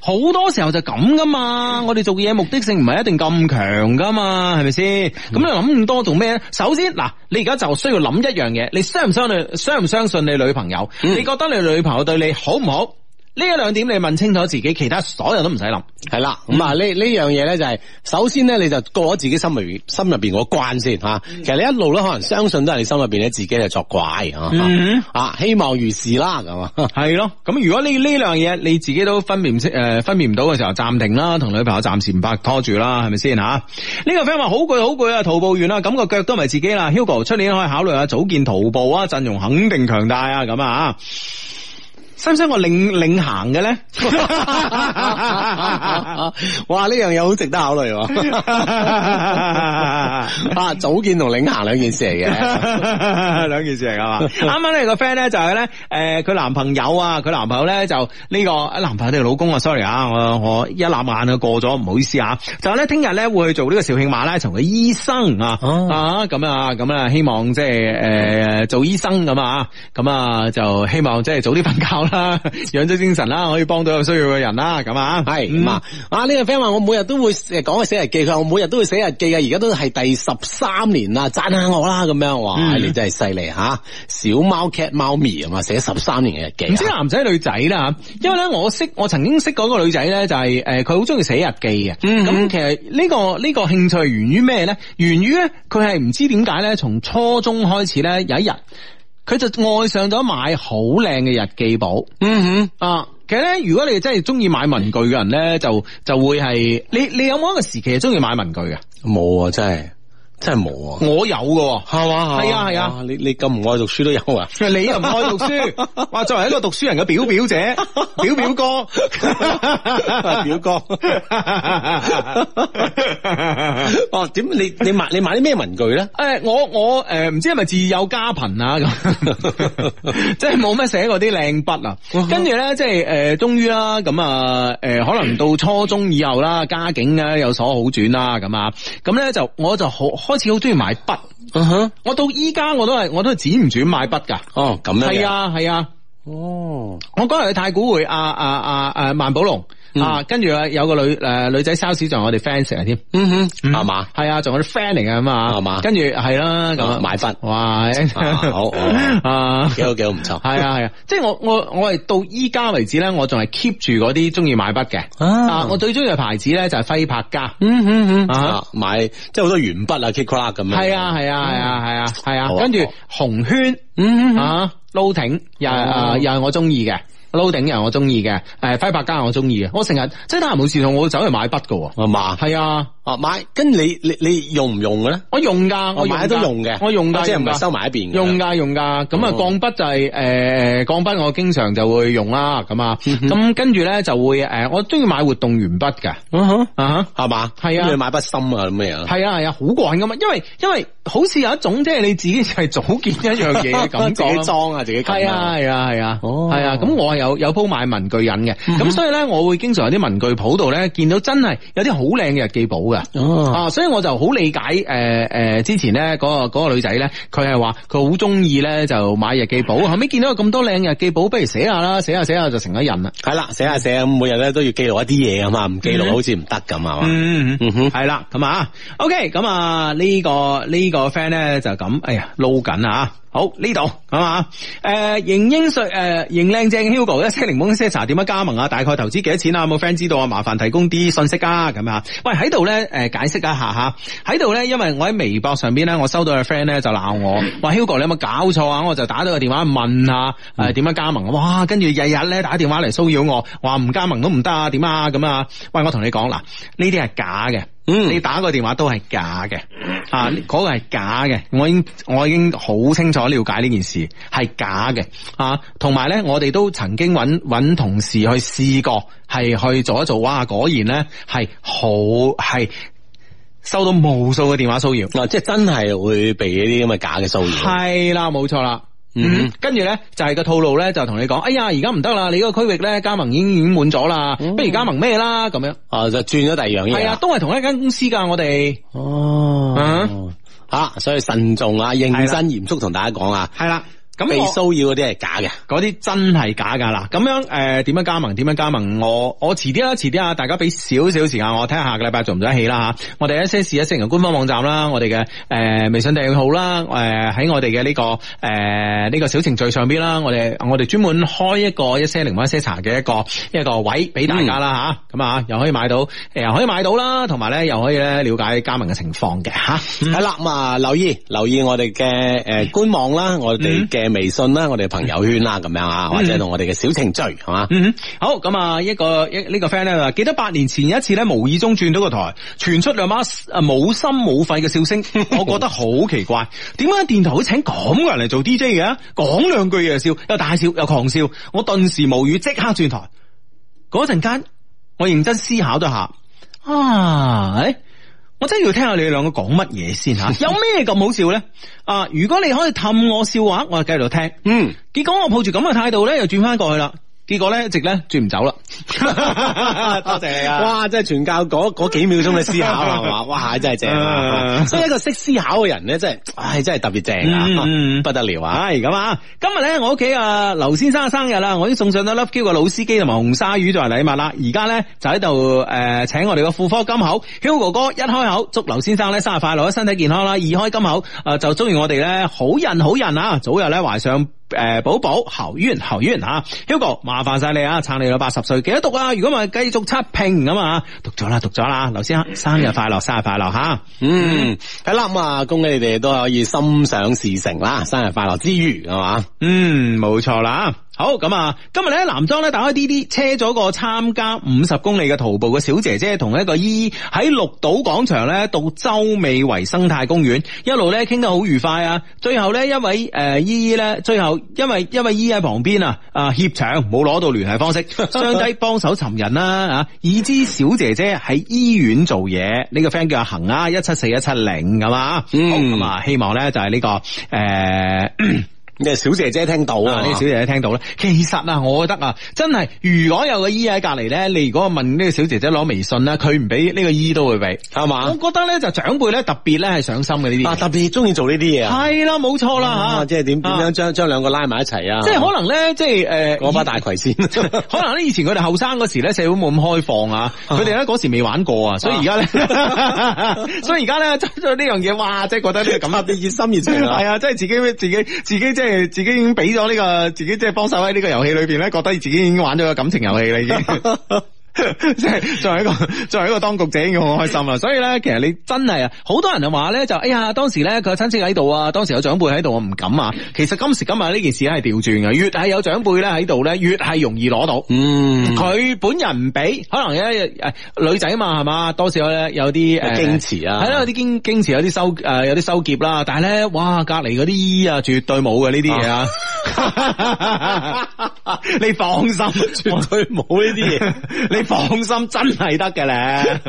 好多時候就咁噶嘛，我哋做嘢目的性唔係一定咁強噶嘛，係咪先？嗯咁你諗咁多做咩咧？首先嗱，你而家就需要諗一樣嘢，你相唔相信相唔相信你女朋友？嗯你覺得你女朋友對你好唔好？呢一兩點你問清楚自己，其他所有都唔使諗。嗯系啦，咁啊呢呢樣嘢咧就係首先咧你就過咗自己心入邊心入邊嗰關先吓。嗯其實你一路咧可能相信都係你心入邊咧自己係作怪啊嗯，啊希望如是啦咁啊。系咯，咁如果呢呢樣嘢你自己都分辨唔識诶分辨唔到嘅時候，暫停啦，同女朋友暫時唔拍拖住啦，係咪先吓？啊呢、個 friend 話好攰好攰啊，徒步完啦，咁個腳都唔係自己啦，Hugo 出年可以考慮下組建徒步啊，陣容肯定強大啊，咁啊。使唔使我領領行嘅咧？ 哇！呢樣嘢好值得考慮 喎。 啊，組建同領行兩件事嚟嘅。 兩件事 嚟噶嘛？啱啱咧個 friend 咧就係咧，誒佢男朋友啊，佢男朋友咧就呢個啊男朋友定老公啊，sorry 啊，我我一攬眼啊過咗，唔好意思啊。就係咧聽日咧會去做呢個肇慶馬拉松嘅醫生啊，哦啊咁啊咁啊，希望即係誒做醫生咁啊，咁啊就希望即係早啲瞓覺啦， 養咗精神啦，可以幫到有需要嘅人啦，咁啊係咁啊！啊呢個 friend 話我每日都會誒講佢寫日記，佢話我每日都會寫日記嘅，而家都係第十三年啦，讚下我啦咁樣。哇！嗯你真係犀利嚇，小貓 cat 貓咪啊嘛，寫十三年嘅日記啊。唔知男仔女仔啦嚇因為咧我識我曾經識嗰個女仔咧就係誒佢好中意寫日記嘅，咁、其實呢、個呢、個興趣源於咩咧？源於咧佢係唔知點解咧，從初中開始咧有一日佢就愛上咗買好靚嘅日記簿。嗯啊。其實咧，如果你真係中意買文具嘅人咧，就就會係你你有冇一個時期係中意買文具嘅？哼，冇啊，真係真係冇啊，我有嘅喎。係嘛係啊係啊，你你咁唔愛讀書都有啊。 你又唔愛讀 書，話作為一個讀書人嘅表表姐、表表 哥、表哥， 哦，點你你買你買啲咩文具咧？诶、我我诶，呃唔、知係咪自幼家貧 啊咁，即係冇乜寫過啲靚筆啊。跟住咧，即係诶，终于啦，咁啊，诶、可能到初中以後啦，家境咧有所好轉啦，咁啊，咁咧就我就好開始好中意買筆。嗯哼，我到依家我都係我都係剪唔轉買筆㗎。哦咁樣嘅係，啊係啊，哦，我嗰日去太古匯啊啊啊啊萬寶龍嗯啊，跟住啊有個女诶、呃女仔 sales 仲係我哋 fans 嚟添。嗯哼，係嘛？系啊，仲有啲 friend 嚟嘅咁啊，係嘛跟住係啦，咁啊啊買筆哇，哎 啊好好啊，幾係好幾好唔錯，啊係啊，即係我我我係到依家為止咧，我仲係 keep 住嗰啲中意買筆嘅，啊，我最中意嘅牌子咧就係輝柏家，嗯嗯嗯，啊啊買即係好多鉛筆啊 k i t 啦咁樣，係啊係啊係啊係啊係嗯好啊，啊跟住好紅圈嗯，哦嗯啊，loading 又係啊又係我中意嘅。loading 又係我中意嘅，誒輝柏家係我中意嘅，我成日即係得閒冇事做，我會走去買筆嘅喎。係嘛？係啊，啊買，跟你你你用唔用嘅咧？我用㗎，我我哦買用都㗎用嘅，哦啊我用㗎，即係唔用係㗎收埋一邊嘅用噶用噶，咁啊哦鋼筆就係誒誒鋼筆，我經常就會用啦，咁啊，嗯咁跟住咧就會誒、呃我中意買活動鉛筆嘅，嗯哼，啊哈係嘛？係啊咁你買筆芯啊咁嘅嘢啊。係啊係啊，好過癮噶嘛，因為因為好似有一種即係你自己係組建一樣嘢嘅感覺 自己啦。裝啊，自己係啊，係啊係啊，哦嗯係啊，咁我有有鋪買文具癮嘅，咁所以咧我會經常喺啲文具鋪度咧見到真係有啲好靚嘅日記簿嘅，嘅。哦，啊，所以我就好理解誒誒、呃呃之前咧嗰、個嗰個女仔咧，佢係話佢好中意咧就買日記簿，後尾見到有咁多靚日記簿，不如寫下啦，寫下寫下就成咗人啦。系啦，寫下寫下，咁每日咧都要記錄一啲嘢啊嘛，唔記錄好似唔得咁啊嘛。嗯嗯哼系啦，咁啊，OK，咁啊呢個呢個 friend 咧就咁，哎呀撈緊啊，好呢度咁啊，诶型英帥诶型靚正 Hugo 一些檸檬一些茶點樣加盟啊？大概投資幾多錢啊？有冇 friend 知道啊？麻煩提供啲信息啊，咁啊，喂喺度咧诶解釋一下吓，喺度咧因為我喺微博上邊咧，我收到嘅 friend 咧就鬧我，話 Hugo 你有冇搞錯啊？我就打咗個電話問下誒點樣加盟，啊哇！跟住日日咧打電話嚟騷擾我，話唔加盟都唔得啊，點啊咁啊？喂，我同你講嗱，呢啲係假嘅。嗯你打個電話都係假嘅，啊，呢嗰、個係假嘅，我已經我已經好清楚了解呢件事係假嘅，啊，同埋咧，我哋都曾經揾揾同事去試過，係去做一做，哇，果然咧係好係收到無數嘅電話騷擾。啊嗱，即係真係會被呢啲咁嘅假嘅騷擾。系啦，冇錯啦。嗯嗯，跟住咧就係個套路咧，就同你講，哎呀，而家唔得啦，你嗰個區域咧加盟已經已經滿咗啦，不如加盟咩啦咁樣。哦，就轉咗第二樣嘢哦係啊，啦。都係同一間公司㗎，我哋哦，啊，所以慎重啊，認係啦真嚴肅同大家講啊，係啦。咁被我騷擾嗰啲係假嘅。嗰啲真係假㗎啦。咁樣誒點樣加盟？點樣加盟？我我遲啲啦，遲啲啊，大家俾少少時間我睇下下個禮拜做唔做得起啦嚇。我哋一些事一些情嘅官方網站啦，我哋嘅誒微信訂閱號啦，誒、喺我哋嘅呢個誒呢、個小程序上邊啦，我哋我哋專門開一個一些零或一些茶嘅一個一個位俾大家啦嚇。咁啊、又可以買到誒、又可以買到啦，同埋咧又可以咧了解加盟嘅情況嘅嚇。係啦，咁啊留意留意我哋嘅诶官網啦，我哋嘅微信啦，我哋朋友圈啦，咁樣啊，或者同我哋嘅小程序係嘛。嗯，好咁啊，一個一呢、個 friend 咧話，記得八年前有一次咧，無意中轉到個台，傳出兩把啊冇心冇肺嘅笑聲，我覺得好奇怪，點解電台會請咁嘅人嚟做 DJ 嘅？講兩句嘢就笑，又大笑又狂笑，我頓時無語，即刻轉台。嗰陣間，我認真思考咗下，啊，誒我真係要聽下你哋兩個講乜嘢先吓，有咩咁好笑咧？啊，如果你可以氹我笑嘅話，我就繼續聽。嗯，結果我抱住咁嘅態度咧，又轉翻過去啦。結果咧，一直咧轉唔走啦。多謝你啊！嗯 哇，真係全靠嗰嗰幾秒鐘嘅思考係嘛？哇，真係正啊！嗯所以一個識思考嘅人咧，真係，唉，真係特別正嗯嗯啊， 嗯不得了啊！系咁啊！今日咧我屋企啊劉先生嘅生日啦，我已經送上咗 Love Q 嘅老司機同埋紅鯊魚作為禮物啦。而家咧就喺度诶請我哋嘅副科金口 Hugo 哥一開口祝劉先生咧生日快樂，身體健康啦。二開金口诶就祝願我哋咧好人好人啊，早日咧懷上。誒寶寶侯淵侯淵嚇，Hugo 麻煩晒你啊，撐你到八十歲，記得讀啊！如果唔係繼續測評咁啊，讀咗啦讀咗啦，劉先生生日快樂，生日快樂嚇！嗯，係啦，咁啊，恭喜你哋都可以心想事成啦，生日快樂之餘係嘛？嗯，冇錯啦。好咁啊，今日咧男裝咧打開 D D 車咗個參加五十公里嘅徒步嘅小姐姐，同一個姨姨喺綠島廣場咧到洲美圍生態公園，一路咧傾得好愉快啊！最後咧一位誒、呃姨姨咧，最後因為因為姨喺旁邊啊啊怯場，冇攞到聯繫方式，相低幫手尋人啦啊！已知小姐姐喺醫院做嘢，呢、個 friend 叫阿恒啊，一七四一七零咁啊，嗯好咁啊，希望咧就係呢、個呃你係小姐姐聽到啊！啊呢個小姐姐聽到咧，其實啊，我覺得啊，真係如果有個姨喺隔離咧，你如果問呢個小姐姐攞微信咧，佢唔俾呢個姨都會俾。係嘛我？覺得咧就長輩咧特別咧係上心嘅呢啲啊，嘢。特別中意做呢啲嘢啊！係啦，冇錯啦啊嚇，即係點點樣啊？將將兩個拉埋一齊啊？即係可能咧，即係誒，攞把以大葵先。 可能咧以前佢哋後生嗰時咧社會冇咁開放啊，佢哋咧嗰時未玩過啊，所以而家咧， 所以而家咧真係呢樣嘢，哇！即係覺得呢個咁特別熱心熱情啊系！啊，即 係自己自己自己即係自己已經俾咗呢個自己即係幫手喺呢個遊戲裏边咧，覺得自己已經玩咗個感情遊戲啦，已 經。即係作為一個 作為一個當局者已經好開心啦，所以咧，其實你真係啊，好多人就話咧就，哎呀，當時咧佢有親戚喺度啊，當時有長輩喺度，我唔敢啊。其實今時今日呢件事咧係調轉嘅，越係有長輩咧喺度咧，越係容易攞到。 嗯，佢本人唔俾，可能咧诶女仔嘛係嘛，多少咧有啲誒矜持啊係啦，有啲矜矜持，有啲收诶有啲收劫 啦，但係咧哇隔離嗰啲姨啊，絕對冇嘅呢啲嘢啊。 你放心，絕對冇呢 啲嘢， 你放心真係得嘅咧。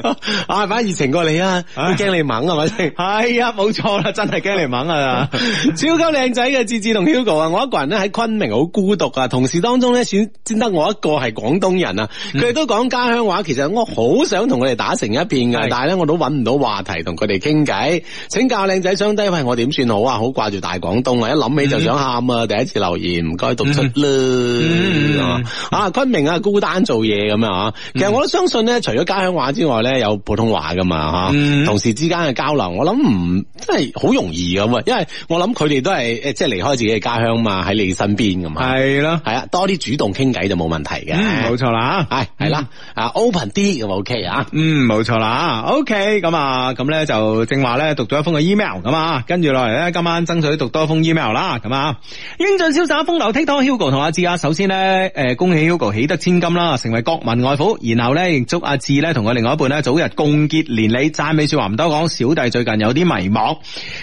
啊，反而熱情過你啊，唉驚你猛係咪先？係啊，冇錯啦，真係驚你猛啊！ 超級靚仔嘅志志同 Hugo 啊，我一個人咧喺昆明好孤獨啊，同事當中咧先先得我一個係廣東人啊，嗯佢哋都講家鄉話，其實我好想同佢哋打成一片噶係，但係咧我都揾唔到話題同佢哋傾偈，請教靚仔相低，喂我點算好啊？好掛住大廣東啊，一諗起就想喊啊！第一次留言唔該讀出啦。嗯啊，昆明啊，孤單做嘢咁樣啊。其實我都相信咧，除咗家鄉話之外咧，有普通話噶嘛吓，嗯同事之間嘅交流，我諗唔真係好容易咁啊，因為我諗佢哋都係誒，即係離開自己嘅家鄉嘛，喺你身邊咁嘛，係啦，係啊，多啲主動傾偈就冇問題嘅，嗯，冇錯啦。係係啦，啊 open 啲咁 OK 啊。嗯，冇錯啦。OK，咁啊，咁咧就正話咧讀咗一封嘅 email 咁啊，跟住落嚟咧，今晚爭取讀多一封 email 啦。咁啊，英俊瀟灑風流倜儻 Hugo 同阿志啊，首先咧，誒、恭喜 Hugo 喜得千金啦，成為國民外父。然後咧，亦祝阿志咧同佢另外一半咧早日共結連理。讚美說話唔多講，小弟最近有啲迷茫，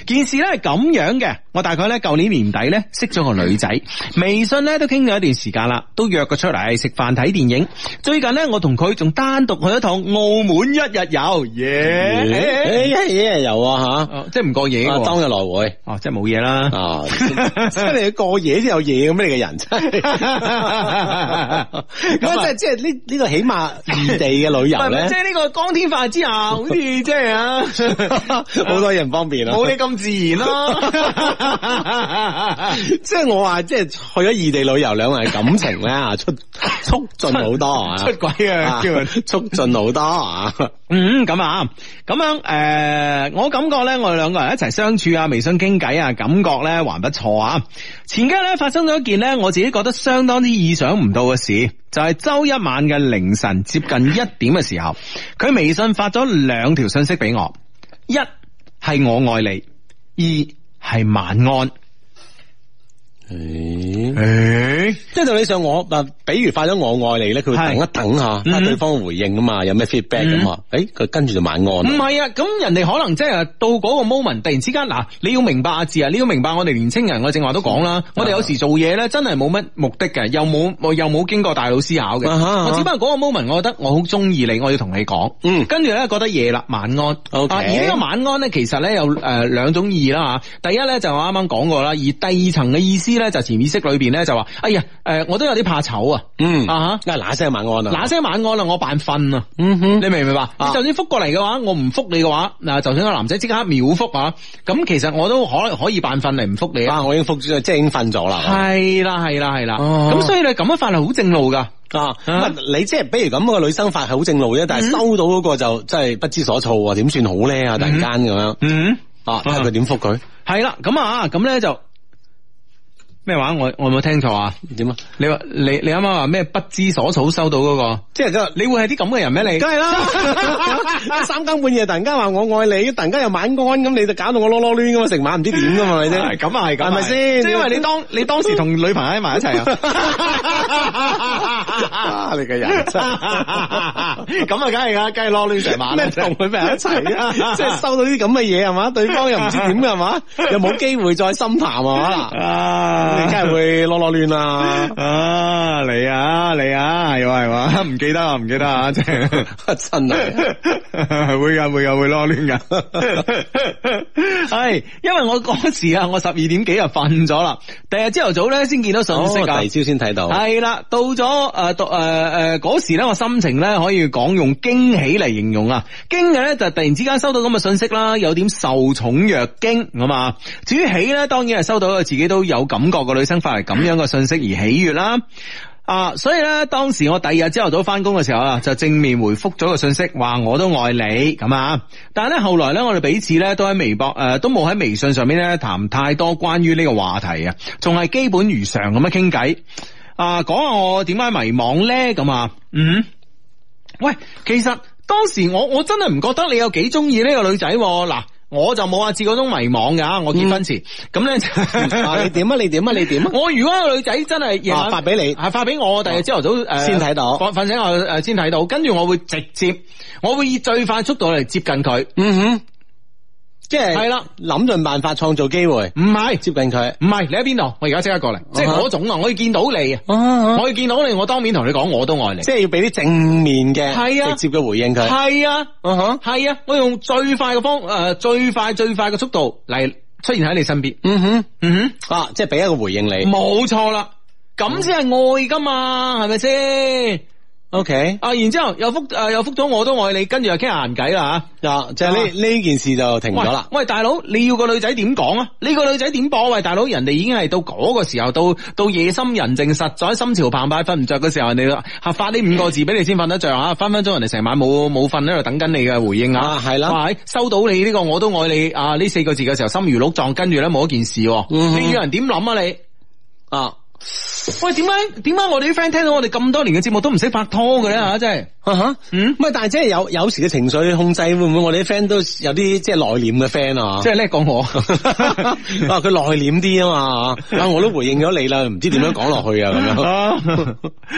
件事咧係咁樣嘅。我大概咧舊年年底咧識咗個女仔，微信咧都傾咗一段時間啦，都約佢出嚟食飯睇電影。最近咧我同佢仲單獨去一趟澳門一日遊，誒耶！一嘢有啊哦即係唔過吓，夜啊嘅喎，當日來 回哦，即係冇嘢啦。啊，即係你過夜先有嘢咁，你嘅人真係，咁啊咁即係即係呢呢 個起碼異地嘅旅遊唔係唔係咧即。係呢個光天化日之下，好似即係啊， 好多嘢唔方便啊！ 冇你咁自然咯。即係我話，即係去咗異地旅遊，兩個人嘅感情咧啊， 促 促進好多啊，出軌啊，啊叫人。促進好多 啊！嗯，咁啊，咁樣诶、呃我感覺咧，我哋兩個人一齊相處啊，微信傾偈啊，感覺咧還不錯啊。前幾日咧發生咗一件咧，我自己覺得相當之意想唔到嘅事，就係周一晚嘅凌晨接近一點嘅時候，佢微信發咗兩條信息俾我，一係我愛你，二係晚安。哎即诶、係道理上，我嗱，比如發咗我愛你咧，佢會係等一等下，睇嗯下對方回應啊嘛，有咩 feedback 咁啊？誒，佢跟住就晚安唔啦。係啊，咁人哋可能即係啊到嗰個 moment，突然之間嗱，你要明白阿志啊，你要明白我哋年青人，我正話都講啊啦，我哋有時做嘢咧，真係冇乜目的嘅，又冇我又冇經過大腦思考嘅，啊哈啊哈我只不過嗰個 moment，我覺得我好中意你，我要同你講，嗯跟住咧覺得夜啦，晚安。 OK 啊而呢個晚安咧，其實咧有誒兩種意義啦啊嚇。第一咧就我啱啱講過啦，而第二層嘅意思咧就潛意識裏邊咧就話，哎呀誒，我都有啲怕醜啊，嗯啊，啊嚇。嗱嗱聲晚安啊！嗱聲晚安啦，我扮瞓啊！嗯哼，你明唔明白？你就算覆過嚟嘅話，我唔覆你嘅話，嗱，就算個男仔即刻秒覆啊，咁其實我都可可以扮瞓嚟唔覆你啊。啊，我已經覆咗，即係已經瞓咗啦。啊係啊啦係啦係啦，哦咁所以你咁樣發係好正路噶。啊，咁啊你即係比如咁個女生發係好正路啫，但嗯係收到嗰個就真係不知所措啊，點算好咧啊？突然間咁樣嗯，啊，睇下佢點覆佢係啦，咁啊，咁咧就咩話？我我有冇聽錯啊？ 點啊？你話你你啱啱話咩不知所措收到嗰個？即係佢你會係啲咁嘅人咩？你梗係啦， 三更半夜突然間話我愛你，突然間又晚安，咁你就搞到我囉囉攣咁嘛，啊成晚唔知點噶嘛，係咪先？係咁啊，係咁啊係咪先即係因為你當你當時同女朋友喺埋一齊 啊。啊，你嘅人真係。咁啊，梗係噶，梗係攞亂成晚啦咩同佢 咪一齊 啊？即係收到啲咁嘅嘢係嘛，對方又唔知點嘅係 嘛，又冇機會再深談係 嘛，啊咁你梗係會囉囉攣啦。啊，你啊，你啊，係嘛係嘛，唔記得啊，唔記 得啊，即係真係。 會噶會噶會攞亂噶， 係因為我嗰時啊，我十二點幾就瞓咗啦，第日朝頭早咧先見到信息哦第啊二。朝先睇到。系啦，到咗呃诶，到诶诶嗰時咧，我心情咧可以講用驚喜嚟形容啊。驚嘅咧就突然之間收到咁嘅信息啦，有點受寵若驚咁啊。至於喜咧，當然係收到自己都有感覺嘅女生發嚟咁樣嘅信息而喜悦啦。啊，所以咧，當時我第二日朝頭早翻工嘅時候啊，就正面回覆咗個信息，話我都愛你咁啊。但係咧，後來咧，我哋彼此咧都喺微博誒、呃都冇喺微信上面咧談太多關於呢個話題啊，仲係基本如常咁樣傾偈。啊，講下我點解迷茫咧咁啊，嗯，喂，其實當時我我真係唔覺得你有幾中意呢個女仔喎嗱、我就冇阿志嗰種迷茫㗎，我結婚前咁咧就嗯啊！你點啊？你點啊？你點啊？ 我如果個女仔真係夜晚啊發俾你啊係發俾我，第日朝頭早誒呃先睇到瞓瞓醒我誒先睇到，跟住我會直接，我會以最快速度嚟接近佢。嗯哼，即系係啦，谂尽办法创造机会唔係接近佢。唔係，你喺邊度？我而家即刻過嚟，即係嗰種啊！我可以見到你啊！我可以見到你，我當面同你講，我都愛你。即係要俾啲正面嘅，係啊直接嘅回應佢。係啊，哼係啊，我用最快嘅方诶，最快最快嘅速度嚟出現喺你身邊。嗯哼，嗯啊，即係俾一個回應哼，你。冇錯啦，咁先係愛噶嘛，係咪先？ O K，啊，然之后又覆诶又覆咗我都愛你，跟住又傾下閒偈啦吓。啊，即係呢呢件事就停咗啦。喂，喂，大佬，你要個女仔點講啊？你個女仔點播？喂，大佬，人哋已經係到嗰個時候，到到夜深人靜、實在心潮澎湃、瞓唔着嘅時候，人哋合法呢五個字俾你先瞓得着啊！分分鐘人哋成晚冇冇瞓喺度等緊你嘅回應啊！啊係啦哇收到你呢、個我都愛你啊呢四個字嘅時候，心如鹿撞，跟住咧冇一件事喎、嗯哼你要人點諗啊你？啊，喂，點解點解我哋啲 friend 聽到我哋咁多年嘅節目都唔識拍拖嘅咧吓？真係，啊哈，嗯咁啊，但係即係有有時嘅情緒控制，會唔會我哋啲 friend 都有啲即係內斂嘅 friend 啊？即係叻過我。 啊，佢內斂啲啊嘛，啊，我都回應咗你啦，唔知點樣講落去啊，咁 樣。啊，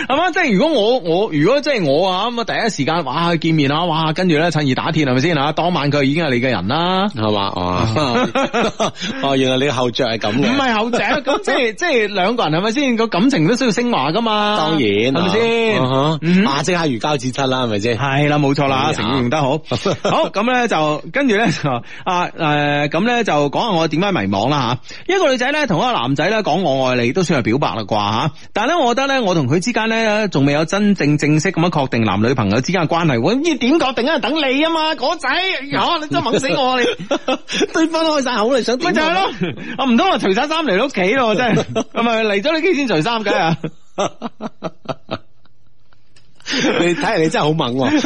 係嘛？即係如果我我如果即係我啊咁啊，第一時間哇去見面啊，哇跟住咧趁熱打鐵係咪先啊？當晚佢已經係你嘅人啦。係嘛？ 哦，哦，原來你嘅後着係咁唔嘅。係啊後者，咁即係即係兩個人係咪先個感情都需要升華噶嘛？當然，係咪先？啊哈嗯啊，即刻如膠似漆啦，係咪先？係啦，冇錯哎啦，呀成語用 得好。好咁咧就跟住咧就啊誒咁咧就講下我點解迷惘啦嚇。一個女仔咧同一個男仔咧講我愛你都算係表白啦啩嚇，但係咧我覺得咧我同佢之間咧仲未有真正正式咁樣確定男女朋友之間嘅關係喎。咦點確定啊？等你啊嘛，嗰仔， 呀你真係掹死我啊你！對方開晒口，你想咪點就係啊咯，我唔通我除晒衫嚟你屋企咯，真係，係咪嚟咗你屋企先除衫嘅啊？ 你睇嚟你真係好猛 喎，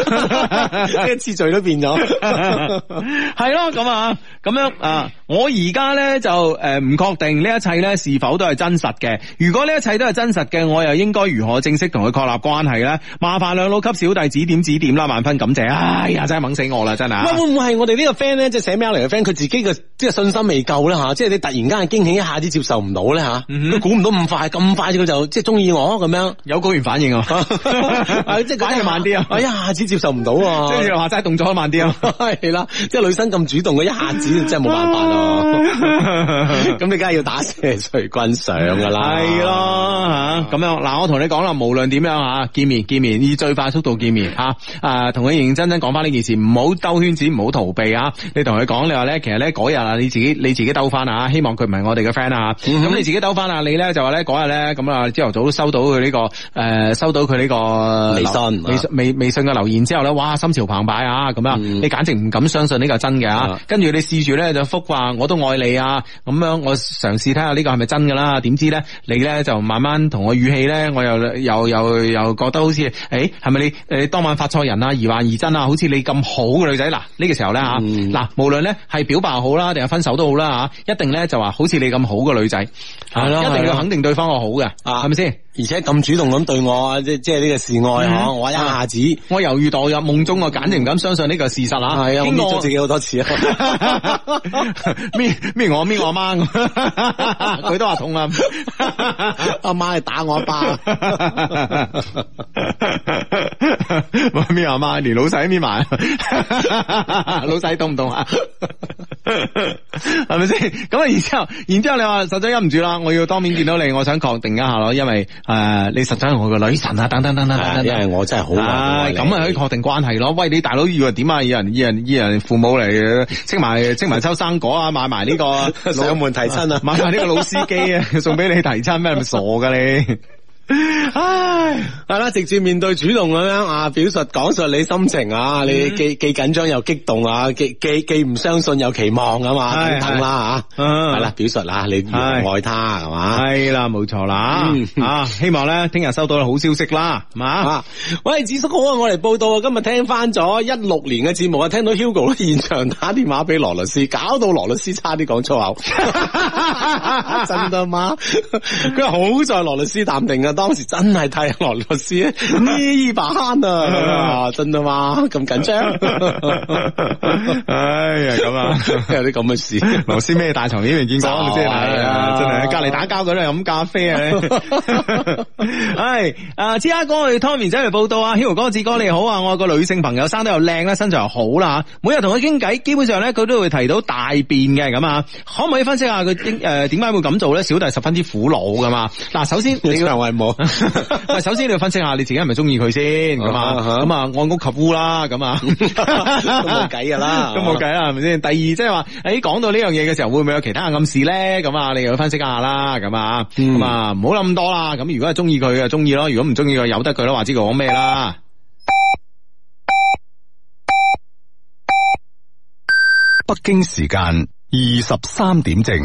即係次序都變咗。系咯，咁啊，咁样啊，我而家咧就诶唔確定呢一切咧是否都係真實嘅。如果呢一切都係真實嘅，我又應該如何正式同佢確立關係咧？麻煩兩老級小弟指點指點啦，萬分感謝。哎呀，真係掹死我啦，真係啊。喂，會唔會係我哋呢個 friend 咧，即係寫 mail 嚟嘅 friend，佢自己嘅即係信心未夠啦吓，即係你突然間嘅驚喜一下子接受唔到咧吓，嗯佢估唔到咁快，咁快佢就即係中意我咁 樣，有高原反應啊，啊即係 反應慢啲啊，我一下子接受唔到 啊，即係你話齋動作慢啲啊。係啦，即係女生咁主動嘅，一下子真係冇辦法 咯。咁你梗係要打蛇隨棍上噶啦，系咯吓，咁样嗱，我同你講啦，無論點樣吓，見面見面，以最快速度見面吓，啊，同佢認認真真講翻呢件事，唔好兜圈子，唔好逃避啊！你同佢講，你話咧，其實咧嗰日啊，你自己你自己兜翻啊，希望佢唔係我哋嘅 friend 啊，咁、你自己兜翻啊，你咧就話咧嗰日咧咁啊，朝頭早收到佢呢、個誒收到佢呢、個微信啊微信微微信嘅留言之後咧，哇，心潮澎湃啊，咁啊，嗯你簡直唔敢相信呢個係真嘅啊啊！跟住你試住咧就覆話我都愛你啊，咁樣我嘗試睇下呢個係咪真噶啦，點知咧你咧就慢慢同我語氣咧，我又又又又覺得好似誒係咪你誒當晚發錯人啊，疑幻疑真啊，好似你咁好嘅女仔嗱呢個時候咧嚇嗯嗱，無論咧係表白好啦，定係分手都好啦嚇，一定咧就話好似你咁好嘅女仔，啊係咯一定係要咯肯定對方我好嘅，啊係咪先？而且咁主動咁對我，即即係呢個示愛嗬，我一下子係我猶豫墮入夢中，我簡直唔敢相信呢個事實啊！啊，我經搣過咗自己好多次啊， 咩咩我咩我媽咁，佢都話痛啊！ 阿媽係打我一巴，咩阿媽連老細都搣埋， 老細凍唔凍啊？ 係咪先？咁啊，然之後，然之後你話實在忍唔住啦，我要當面見到你，我想確定一下咯，因為誒、呃你實在係我個女神啊，等等等等等係啊等因為我真係好啊，愛咁咪可以確定關係咯。喂，你大佬要人點啊？要人要人要人父母嚟清 埋清埋抽生果啊，買埋呢個上門提親啊買埋呢個老司 機啊，送俾你提親咩？係咪傻噶你？唉，係啦，直接面對主動咁樣啊，表述講述你心情啊，你既既緊張又激動啊，既既既唔相信又期望啊嘛，係等等啦吓，嗯係啦，表述啊，你如何係愛他係嘛？係啦，冇錯啦嗯，啊，希望咧聽日收到好消息啦，係 嘛？啊！ 喂，子叔好啊！我嚟報道啊，今日聽翻咗一六年嘅節目啊，聽到 Hugo 咧現場打電話俾羅律師，搞到羅律師差啲講 粗口，真㗎嘛？佢話好在羅律師淡定啊，就當時真係替羅律師捏一把汗啊！真啊嘛，咁緊張，哎呀，咁啊， 有啲咁嘅 事。羅斯咩大場面未見過，就真係係啊，啊真係隔離打交嗰啲飲咖啡啊！ 係啊，芝加哥去 Tommy 仔嚟報道啊，Hugo 哥、志哥你好啊，我有個女性朋友生得又靚啦，身材又好啦，每日同佢傾偈，基本上咧佢都會提到大便嘅咁啊，可唔可以分析下佢點誒點解會咁做咧？小弟十分之苦惱噶嘛。嗱，首先你你 要腸胃冇， 喂，首先你要分析下你自己係咪中意佢先咁啊，啊哈咁啊按屋及烏啦，咁啊 都冇計㗎啦 都冇計啦，係咪先？第二即係話，誒講到呢樣嘢嘅時候，會唔會有其他暗示咧？咁啊，你又要分析下啦，咁啊，嗯咁啊唔好諗咁多啦。咁如果係中意佢嘅，中意咯；如果唔中意佢，由得佢咯，話知佢講咩啦。北京時間二十三點正。